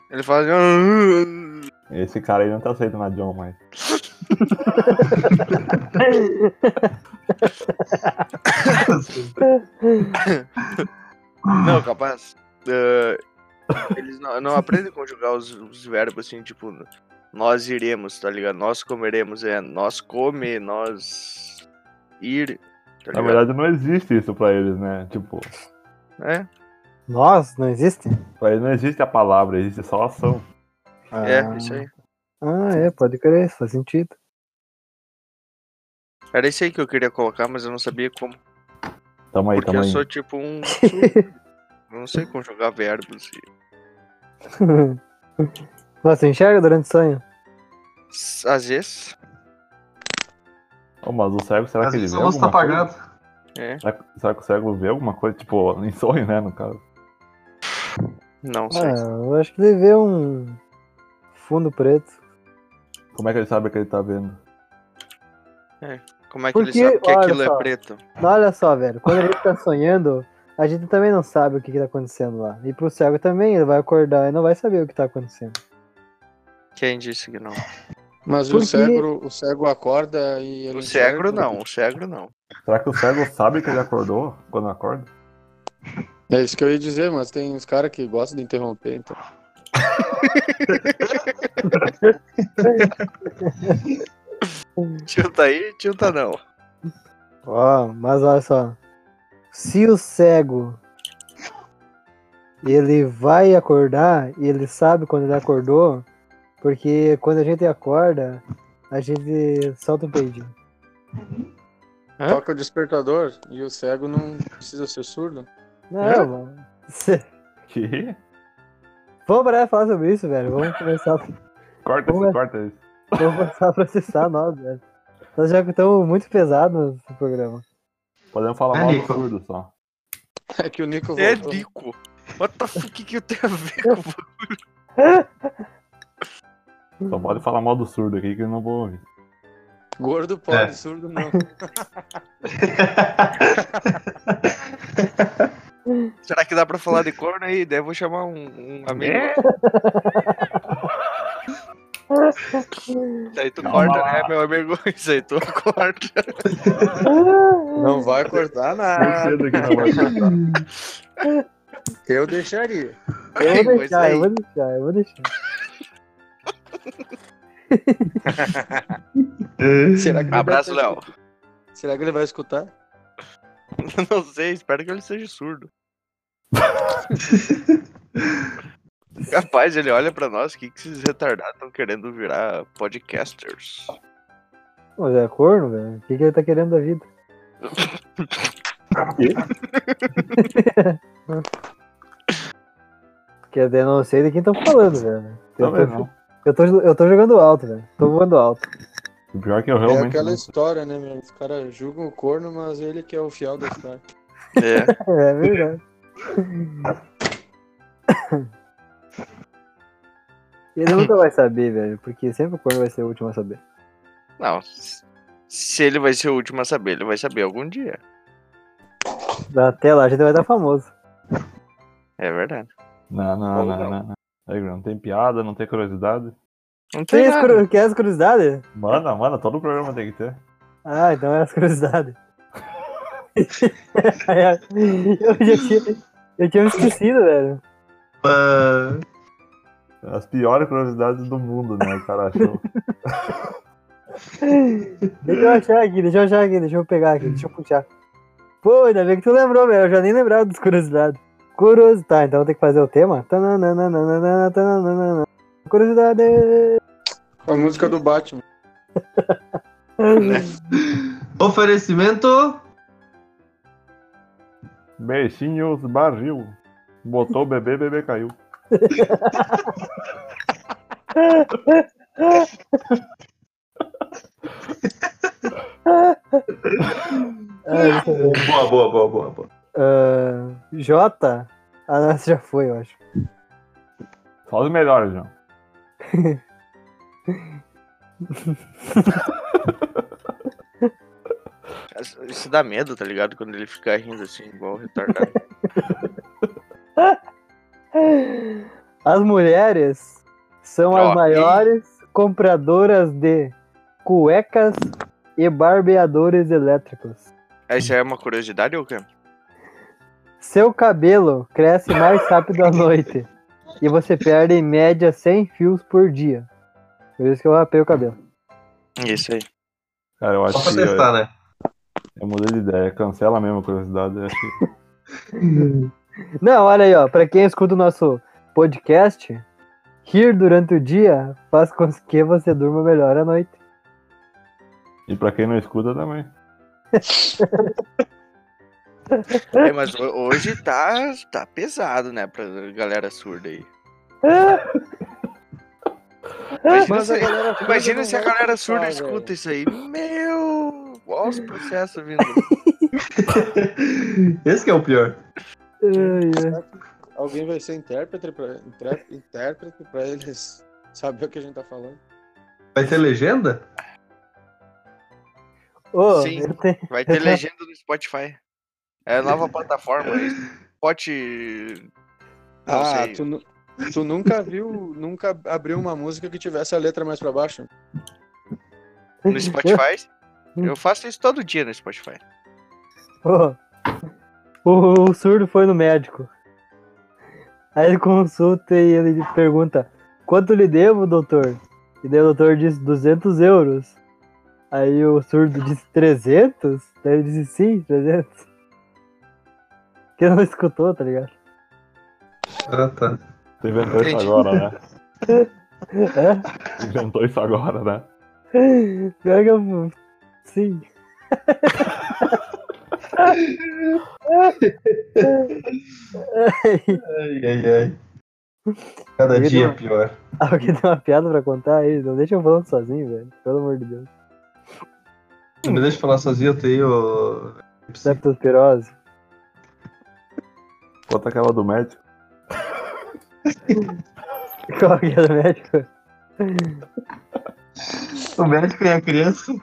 S3: Ele "Ah, fala. assim,
S4: Esse cara aí não tá aceito na John, mas.
S3: Não, capaz. eh, eles não, não aprendem a conjugar os, os verbos assim, tipo, nós iremos, tá ligado? Nós comeremos, é nós come, nós ir. Tá
S4: Na
S3: ligado?
S4: verdade não existe isso pra eles, né? Tipo,
S3: É,
S2: Nós? Não existe?
S4: pra eles não existe a palavra, existe só a ação.
S3: é, isso aí.
S2: Ah, é, pode crer, isso faz sentido.
S3: Era isso aí que eu queria colocar, mas eu não sabia como.
S4: Tamo aí,
S3: Porque
S4: tamo
S3: eu
S4: aí.
S3: sou
S2: (laughs)
S3: tipo um. surdo. Eu não sei conjugar verbos. e-
S2: Nossa, enxerga durante o sonho?
S3: S- Às vezes.
S4: Ô, mas o cego, será
S7: Às
S4: que ele
S7: vezes
S4: vê
S7: a luz tá
S4: alguma coisa?
S7: apagada.
S4: Será que, será que o cego vê alguma coisa? Tipo, (laughs) em sonho, né, no caso.
S3: Não sei.
S2: Ah, eu acho que ele vê um fundo preto.
S4: Como é que ele sabe que ele tá vendo?
S3: Como é que
S2: Porque,
S3: ele sabe que
S2: olha
S3: aquilo
S2: só.
S3: é preto?
S2: Mas olha só, velho, quando a gente tá sonhando, a gente também não sabe o que, que tá acontecendo lá. E pro cego também, ele vai acordar e não vai saber o que tá acontecendo.
S3: Quem disse que não?
S6: Mas o
S2: Porque-
S6: cegro, o cego acorda e ele
S3: O cegro
S6: enxerga. né?
S3: não, o cegro não.
S4: Será que o cego sabe que ele acordou quando acorda? (laughs)
S6: É isso que eu ia dizer, mas tem uns caras que gostam de interromper, então.
S3: Tio tá aí, tio tá não.
S2: Ó, mas olha só. Se o cego ele vai acordar e ele sabe quando ele acordou, porque quando a gente acorda, a gente solta um peidinho.
S3: Hã?
S6: Toca o despertador e o cego não precisa ser surdo. (laughs)
S2: Não,
S3: É?
S2: mano.
S4: Que?
S2: (laughs) Vamos parar de falar sobre isso, velho. Vamos começar a
S4: Corta
S2: Ué.
S4: isso, corta isso.
S2: Então Vou começar a processar nós, velho. Nós já estamos muito pesados no programa.
S4: Podemos falar
S7: É,
S4: mal do
S7: Nico.
S4: surdo só.
S6: É que o Nico
S3: É
S6: voltou.
S3: Nico. What the fuck que, que eu tenho a ver com você?
S4: Só pode falar mal do surdo aqui que eu não vou
S7: (laughs)
S4: ouvir.
S6: Gordo pode,
S7: É.
S6: surdo não.
S3: Será que dá pra falar de corno aí? Daí eu vou chamar um, um amigo. Isso aí tu corta, né, meu amigo? (laughs) Isso aí tu corta.
S6: Não vai cortar nada.
S4: cedo aqui na voz. (laughs)
S6: Eu deixaria.
S2: Eu vou
S3: (laughs) Pois
S2: deixar,
S3: é.
S2: eu vou deixar, eu vou deixar.
S6: Será que ele
S3: Abraço,
S6: vai-
S3: Léo.
S6: Será que ele vai escutar?
S3: (laughs) Não sei, espero que ele seja surdo. Capaz, ele olha pra nós, o que, que esses retardados estão querendo virar podcasters?
S2: Mas é corno, velho. O que, que ele tá querendo da vida? (laughs) Porque é, eu não sei de quem estão falando, velho. Eu
S4: Também
S2: tô,
S4: não.
S2: eu, tô, eu tô jogando alto, velho. Tô voando alto.
S4: O pior é que eu
S6: É
S4: realmente.
S6: aquela
S4: não-
S6: história, né, meu? Os caras julgam o corno, mas ele que é o fiel da história.
S3: É.
S2: É verdade. Ele nunca vai saber, velho, porque sempre o corno vai ser o último a saber.
S3: Não. s- Se ele vai ser o último a saber, ele vai saber algum dia.
S2: Até lá a gente vai estar famoso.
S3: É verdade.
S4: Não, não, não, não, não. Aí, Não tem piada, não tem curiosidade.
S3: Não tem
S2: Tem as,
S3: nada.
S2: curu- quer as curiosidades?
S4: Manda, manda, todo programa tem que ter.
S2: Ah, então é as (laughs)
S3: (laughs)
S2: curiosidades. eu já tinha, eu tinha me esquecido, velho.
S7: Ah,
S4: As piores curiosidades do mundo, né? O cara (laughs) achou.
S2: Deixa eu achar aqui, deixa eu achar aqui, deixa eu pegar aqui, deixa eu puxar. Pô, ainda bem que tu lembrou, velho. Eu já nem lembrava das curiosidades. Curiosidade. Tá, então tem que fazer o tema? Tananana, tananana. Curiosidade.
S6: A música do Batman.
S7: oferecimento.
S4: Mexinhos barril. Botou o bebê, bebê caiu.
S2: Ah, deixa eu ver.
S7: Boa, boa, boa, boa, boa.
S2: Ah, J. Ah, não, essa já foi, eu acho.
S4: Só os melhores, João.
S3: Isso dá medo, tá ligado? Quando ele ficar rindo assim, igual o retardado.
S2: As mulheres são
S3: Ó,
S2: as
S3: e-
S2: maiores compradoras de cuecas e barbeadores elétricos.
S3: Essa é uma curiosidade ou o quê?
S2: Seu cabelo cresce mais rápido à noite e você perde em média 100 fios por dia. Por isso que eu rapei o cabelo.
S6: (laughs)
S3: Isso aí.
S4: Cara, eu acho
S7: Só pra
S4: que. Eu,
S7: testar, né?
S4: eu mudei de ideia. Cancela mesmo a curiosidade. né? Eu acho que-
S2: Não, olha aí, ó. Pra quem escuta o nosso podcast, rir durante o dia faz com que você durma melhor à noite.
S4: E pra quem não escuta também.
S3: É, mas ho- hoje tá, tá pesado, né? Pra galera
S6: (laughs)
S3: surda aí. Imagina
S6: Mas a
S3: se-
S6: galera surda
S3: Imagina
S6: não
S3: se a
S6: vai
S3: galera
S6: escutar,
S3: surda
S6: velho.
S3: escuta isso aí. Meu! Olha os processos vindo.
S7: Esse que é o pior.
S2: Ai, ai.
S6: Alguém vai ser intérprete pra, intré- intérprete pra eles saber o que a gente tá falando.
S7: Vai ter legenda?
S2: Ô,
S3: Sim.
S2: eu tenho-
S6: (laughs)
S3: Vai ter legenda no Spotify. É a nova plataforma. é isso. Spot. Não
S6: ah,
S3: sei.
S6: tu, nu- tu nunca viu, nunca abriu uma música que tivesse a letra mais pra baixo?
S3: no Spotify.
S6: Hum.
S3: Eu faço isso todo dia no Spotify.
S2: Pô, o, o surdo foi no médico. Aí ele consulta e ele pergunta: Quanto lhe devo, doutor? E daí o doutor diz: 200 euros. Aí o surdo diz: 300? Daí ele diz: Sim, 300. Que não escutou, tá ligado?
S7: Ah, tá.
S4: Tu inventou isso
S3: Entendi.
S4: agora, né?
S2: É?
S4: Tu Inventou isso agora, né?
S2: Pior que eu. Sim.
S7: Ai, ai, ai. Cada
S2: Ele
S7: dia é
S2: não-
S7: pior.
S2: Alguém tem uma piada pra contar aí? Não deixa eu falando sozinho, velho. Pelo amor de Deus.
S7: Não me deixa falar sozinho, eu tenho.
S2: Leptospirose.
S4: Conta aquela do médico.
S2: Qual que é o médico?
S7: O médico e a criança.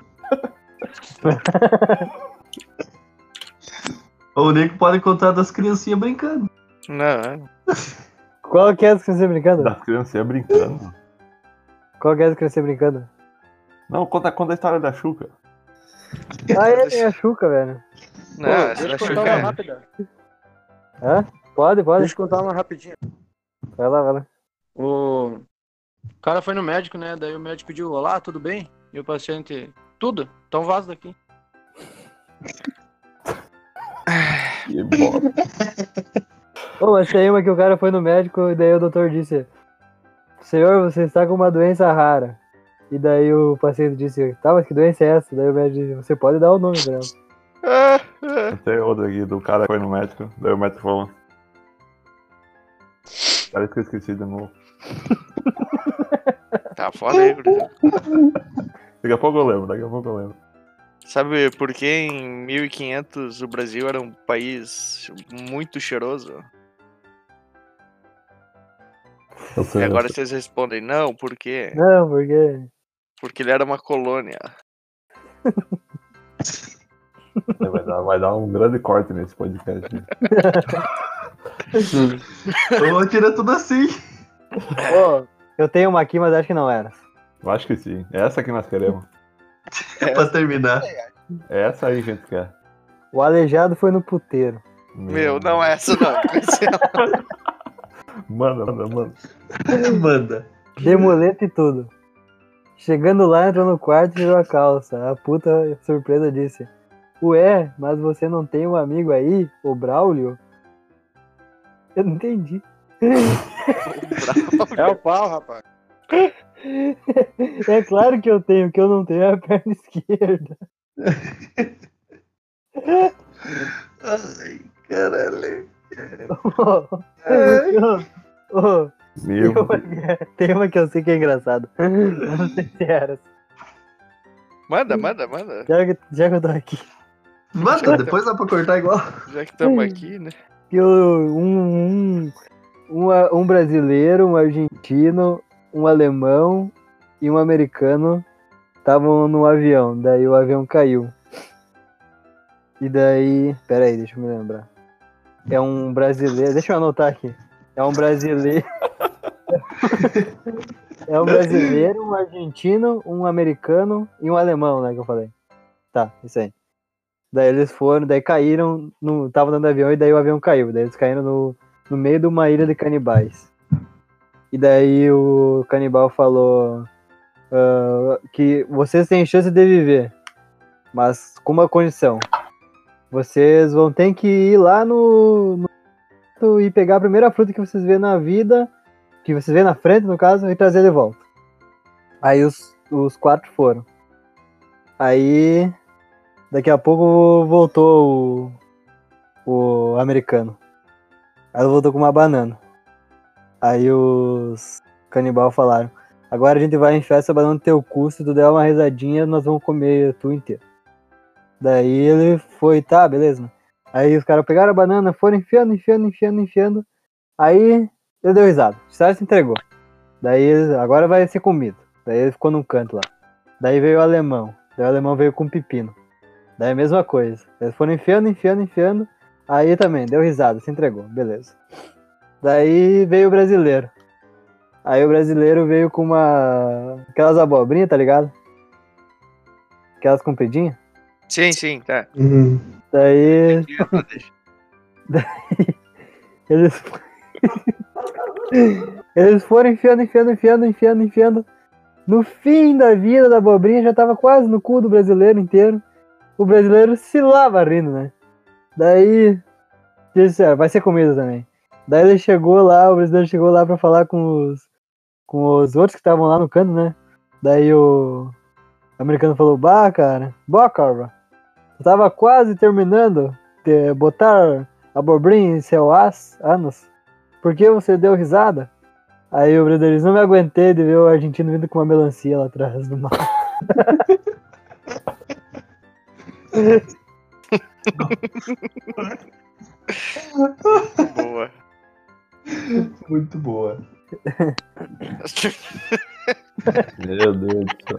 S7: Ou nem que podem contar das criancinhas brincando.
S3: Não,
S2: Qual que é as crianças brincando?
S4: Das criancinhas brincando.
S2: Qual que é as crianças brincando?
S4: Não, conta, conta a história da Xuca.
S2: Ah, é, tem a Xuca, velho.
S3: não, essa
S6: Deixa
S3: da
S6: eu contar uma
S3: Xuca.
S6: rápida.
S2: Hã? Pode, pode.
S6: Deixa eu contar uma rapidinha.
S2: Vai lá, vai lá.
S6: O cara foi no médico, né? Daí o médico pediu: Olá, tudo bem? E o paciente: Tudo, então vaza
S3: (laughs)
S6: daqui.
S4: Que bosta.
S3: (laughs)
S2: Ô, mas tem uma que o cara foi no médico e daí o doutor disse: Senhor, você está com uma doença rara. E daí o paciente disse: Tá, mas que doença é essa? Daí o médico disse: Você pode dar o nome pra ela.
S3: Ah,
S4: Tem outra aqui do cara que foi no médico. Daí o médico falou. Parece que eu esqueci de novo.
S3: Tá foda
S6: (laughs)
S3: aí, gurizada.
S4: Daqui a pouco eu lembro, daqui a pouco eu lembro.
S3: Sabe por que em 1500 o Brasil era um país muito cheiroso?
S4: Eu
S3: E
S4: sei,
S3: agora vocês respondem, não, por quê?
S2: Não, porque.
S3: Porque ele era uma colônia.
S4: Vai, dar, vai dar um grande corte nesse podcast. né?
S7: Ou tira tudo (laughs) assim.
S2: Ô, eu tenho uma aqui, mas acho que não era.
S4: Eu acho que sim. É essa que nós queremos.
S7: pra terminar.
S4: É essa aí que a gente quer.
S2: O aleijado foi no puteiro.
S3: Meu, não é essa não. (laughs) Cancela.
S4: Manda, manda, manda.
S7: Manda.
S2: De muleta e tudo. Chegando lá, entrou no quarto e tirou a calça. A puta, surpresa, disse: Ué, mas você não tem um amigo aí, o Braulio? Eu não entendi.
S6: (laughs) É o pau, rapaz.
S2: (laughs) É claro que eu tenho, o que eu não tenho é a perna (laughs) esquerda.
S7: Ai, caralho.
S2: É. Ô, ô, tem,
S4: Meu.
S2: uma, que- tem uma que eu sei que é engraçada. (laughs) Eu Não sei se era.
S3: manda, manda, manda.
S2: Já que, já que eu tô aqui.
S7: Manda, depois dá pra cortar igual.
S3: Já que estamos aqui, né?
S2: que o- um, um, um, a- um brasileiro, um argentino, um alemão e um americano estavam num avião. Daí o avião caiu. E daí. Pera aí, deixa eu me lembrar. É um brasileiro. Deixa eu anotar aqui. É um brasileiro. (laughs) é um brasileiro, um argentino, um americano e um alemão, né? Que eu falei. Tá, isso aí. Daí eles foram, daí caíram, no, tava dando avião e daí o avião caiu. Daí eles caíram no, no meio de uma ilha de canibais. E daí o canibal falou ah, que vocês têm chance de viver, mas com uma condição. Vocês vão ter que ir lá no, no mato e pegar a primeira fruta que vocês vê na vida, que vocês vê na frente, no caso, e trazer de volta. Aí os, os quatro foram. Aí Daqui a pouco voltou o, o americano. Aí voltou com uma banana. Aí os canibal falaram: Agora a gente vai enfiar essa banana no teu cu, se tu der uma risadinha, nós vamos comer tu inteiro. Daí ele foi, tá, beleza. Aí os caras pegaram a banana, foram enfiando, enfiando, enfiando, enfiando. Aí ele deu risada. O Sara se entregou. Daí ele, agora vai ser comido. Daí ele ficou num canto lá. Daí veio o alemão. Daí o alemão veio com pepino. Daí a mesma coisa. Eles foram enfiando, enfiando, enfiando. Aí também, deu risada, se entregou, beleza. Daí veio o brasileiro. Aí o brasileiro veio com uma. aquelas abobrinhas, tá ligado? Aquelas compridinhas.
S3: Sim, sim, tá.
S7: É
S2: Daí Eles. (laughs) Eles foram enfiando, enfiando, enfiando, enfiando, enfiando. No fim da vida da abobrinha já tava quase no cu do brasileiro inteiro. O brasileiro se lava rindo, né? Daí. Disseram, vai ser comida também. Daí ele chegou lá, o brasileiro chegou lá pra falar com os. com os outros que estavam lá no canto, né? Daí o. americano falou, bah, cara, boa, cara. Eu tava quase terminando de botar abobrinha em seu as, anos? Por que você deu risada? Aí o Brederis não me aguentei de ver o argentino vindo com uma melancia lá atrás do mar.
S3: Boa. (laughs)
S7: Muito boa.
S4: Meu Deus do céu.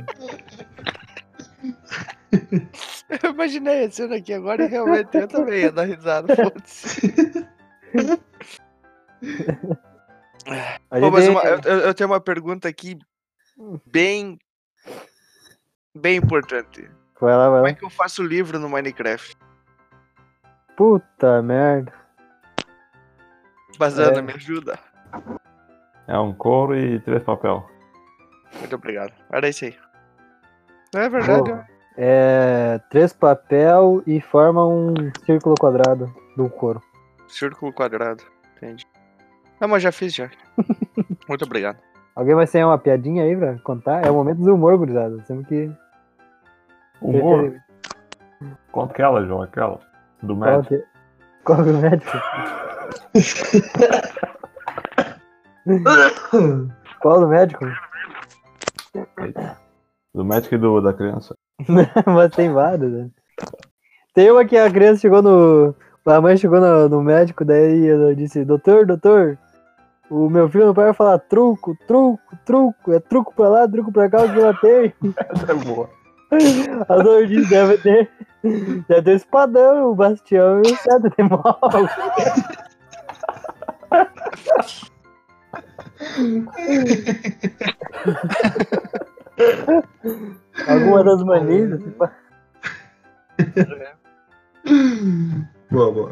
S3: Eu imaginei a cena aqui agora e realmente eu também ia dar risada, foda-se.
S2: A
S3: Pô,
S2: gente
S3: mas
S2: tem-
S3: uma- é- eu, eu- eu tenho uma pergunta aqui bem. bem importante.
S2: Vai lá, vai
S3: Como
S2: lá.
S3: é que eu faço livro no Minecraft?
S2: Puta merda.
S3: Bazana,
S2: É.
S3: me ajuda.
S4: É um couro e três papel.
S3: Muito obrigado. Era isso aí. Não é verdade?
S2: Boa. É. Três papel e forma um círculo quadrado do couro.
S3: ó. Círculo quadrado. Entendi. Não, mas já fiz
S2: (laughs)
S3: já. Muito obrigado.
S2: Alguém vai sair uma piadinha aí pra contar? É o momento do humor, gurizada. Temos que.
S7: É,
S4: Humor? Conta aquela, João, aquela. Do
S2: Qual
S4: médico.
S2: que... Qual que é o médico? Qual do médico? (laughs)
S4: Do médico e do, da criança.
S2: Mas tem vários, né? Tem uma que a criança chegou no. A mãe chegou no, no médico, daí ela disse, doutor, doutor, o meu filho não para de falar truco, truco, truco, é truco pra lá, truco pra cá, o que ela tem?
S4: Essa é boa.
S2: A dor disse, deve ter. Deve ter o espadão, o bastião e o cedro de mal. Alguma das manias, tipo,
S7: Boa, boa.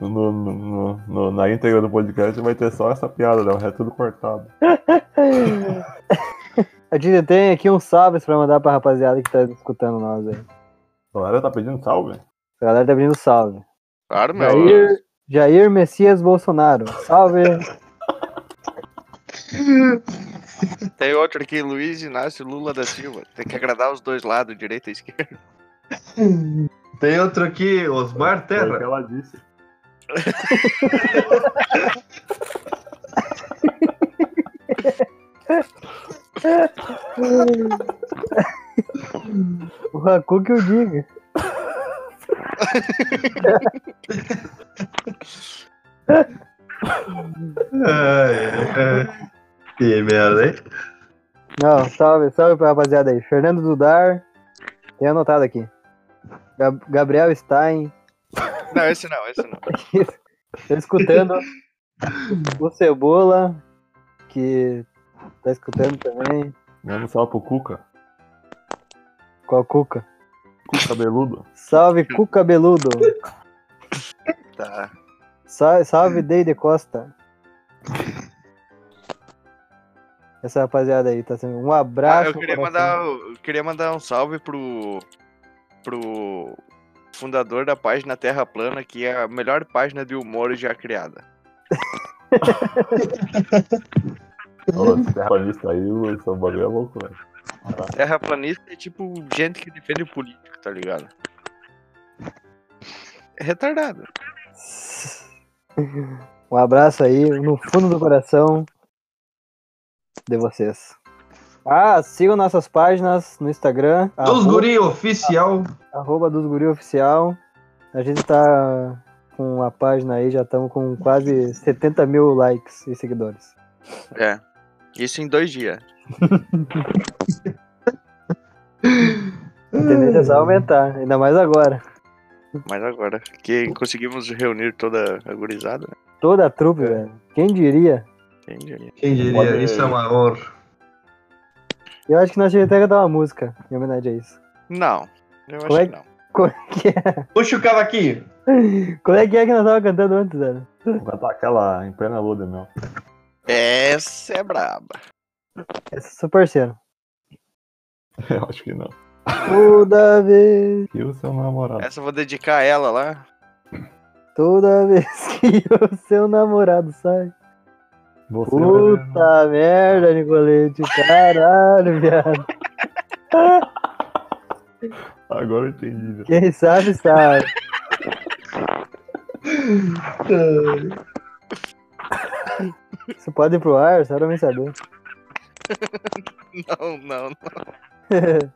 S4: No, no, no- no- na íntegra do podcast vai ter só essa piada, né? O resto é tudo cortado.
S2: A gente tem aqui uns salves pra mandar pra rapaziada que tá escutando nós aí.
S4: A galera tá pedindo salve?
S2: A galera tá pedindo salve.
S3: Claro, meu.
S2: Jair, Jair Messias Bolsonaro. Salve.
S3: Tem outro aqui, Luiz Inácio Lula da Silva. Tem que agradar os dois lados, direita e esquerda. (laughs)
S7: Tem outro aqui, Osmar
S4: Foi o que
S7: Terra.
S4: ela disse.
S2: O Raku que eu diga.
S7: Ai, ai. Que merda, hein?
S2: Não, salve, salve pra rapaziada aí. Fernando Dudar. Tem anotado aqui. Gab- Gabriel Stein.
S3: Não, esse não, esse não.
S2: Tô
S3: (laughs)
S2: escutando. o Cebola. Que tá escutando também.
S4: Dando um salve pro Cuca.
S2: Com a Cuca.
S4: Cuca cabeludo.
S2: Salve, Cuca Beludo.
S3: Tá.
S2: Salve, salve Deide Costa. Essa rapaziada aí tá sendo um
S3: Ah,
S2: abraço.
S3: eu queria
S2: coração.
S3: mandar, eu queria mandar um salve pro, pro fundador da página Terra Plana, que é a melhor página de humor já criada.
S4: Ô, Esse terraplanista aí, esse bagulho é louco, velho.
S3: Terraplanista é tipo gente que defende o político, tá ligado? É retardado.
S2: Um abraço aí no fundo do coração de vocês. Ah, sigam nossas páginas no Instagram,
S7: Dos
S2: arro-
S7: guri oficial.
S2: arroba dos guri oficial. A gente tá com a página aí, já estamos com quase 70 mil likes e seguidores.
S3: É. Isso em dois dias.
S2: A tendência é
S7: Hum.
S2: só aumentar, ainda mais agora.
S3: Mas agora, que conseguimos reunir toda a gurizada, né?
S2: Toda a trupe,
S7: É.
S2: velho. Quem diria?
S3: entendi.
S7: Quem diria,
S4: Pode-
S7: isso é uma honra.
S2: Eu acho que nós devia até cantar uma música em homenagem a isso.
S3: Não, Eu acho
S2: Como é
S3: que
S2: que-
S3: não.
S7: Puxa o cavaquinho.
S2: Como é que é que nós tava cantando antes, Ana?
S4: Vou cantar tá aquela em plena luda, meu. (laughs)
S3: Essa é braba.
S2: Esse é seu parceiro.
S4: Eu acho que não.
S2: Toda vez,
S4: E o seu
S2: Tá.
S7: É.
S4: namorado?
S3: Essa eu vou dedicar a ela lá.
S2: toda vez (laughs) que o seu namorado sai.
S4: Você
S2: é Puta merda, Nicolete. Caralho, viado.
S4: Agora eu entendi, velho.
S2: Quem sabe, (laughs) sabe. Você pode ir pro ar, só pra mim saber.
S3: Não, não, não.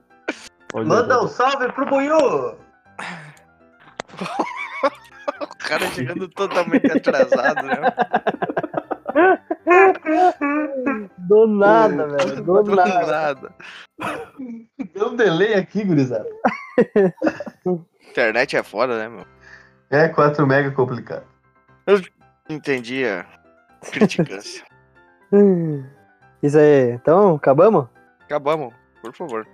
S4: Olha,
S7: Manda
S4: velho.
S7: um salve pro Bunhu.
S3: O cara
S2: (laughs)
S3: chegando totalmente atrasado, né?
S2: Do
S3: É,
S2: nada, velho. Do
S3: Do
S2: nada.
S3: nada.
S7: Deu um delay aqui, gurizada.
S3: Internet é foda, né, meu?
S7: É, 4 mega complicado.
S3: Entendi
S2: (laughs)
S3: a criticância. né?
S2: Isso aí. Então, acabamos?
S3: Acabamos, por favor.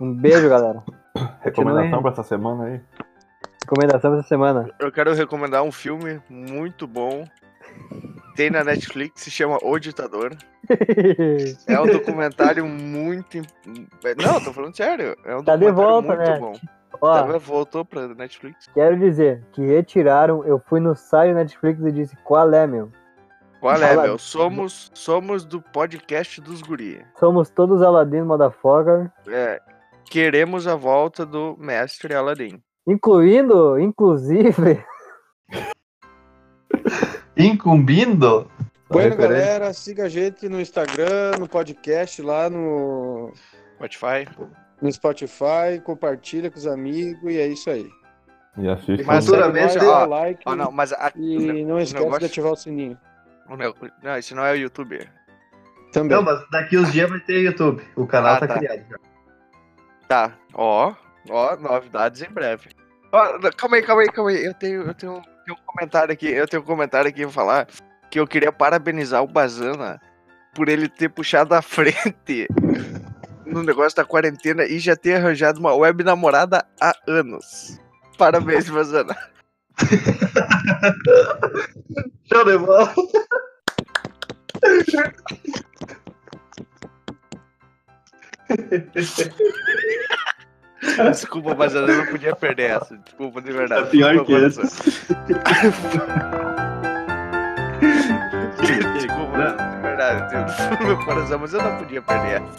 S2: Um beijo, galera.
S4: Recomendação pra essa semana aí?
S2: Recomendação dessa semana.
S3: Eu quero recomendar um filme muito bom. Tem na Netflix, se chama O Ditador. É um documentário muito. im- Não, tô falando sério. É
S2: (laughs)
S3: um
S2: Tá de
S3: documentário
S2: volta,
S3: muito
S2: né?
S3: bom.
S2: Ó,
S3: Tá, voltou pra Netflix.
S2: Quero dizer que retiraram, eu fui no site Netflix e disse qual é, meu.
S3: Qual é,
S2: Fala-
S3: meu? Somos, somos do podcast dos guri.
S2: Somos todos Aladdin Motherfucker,
S3: É, queremos a volta do mestre Aladdin.
S2: incluindo, inclusive,
S7: Incumbindo?
S6: Bueno,
S4: referência.
S6: galera, siga a gente no Instagram, no podcast, lá no,
S3: Spotify.
S6: no Spotify, compartilha com os amigos e é isso aí.
S4: E assiste. um
S3: Mas-
S6: Segue
S3: futuramente,
S6: nós, dá
S3: ó,
S6: like
S3: Ah, não, mas. A...
S6: e não esquece de
S3: negócio-
S6: ativar o sininho.
S3: o nego- Não, esse não é o YouTube.
S6: Também.
S7: Não, mas daqui uns dias vai ter YouTube. O canal
S3: Ah,
S7: tá,
S3: tá.
S7: criado. já.
S3: Tá, ó, ó, novidades em breve. Ó, não, calma aí, calma aí, calma aí. Eu tenho, eu tenho, tenho um comentário aqui, eu tenho um comentário aqui pra falar que eu queria parabenizar o Bazana por ele ter puxado a (laughs) frente no negócio da quarentena e já ter arranjado uma web namorada há anos. Parabéns,
S7: (laughs)
S3: Bazana.
S7: Show de bola.
S3: Desculpa, Bazana, eu não podia perder essa. Desculpa, de verdade.
S7: Tá pior
S3: Desculpa,
S7: que
S3: Bazana.
S7: antes.
S3: né? Desculpa, de verdade. Meu coração, mas eu não podia perder essa.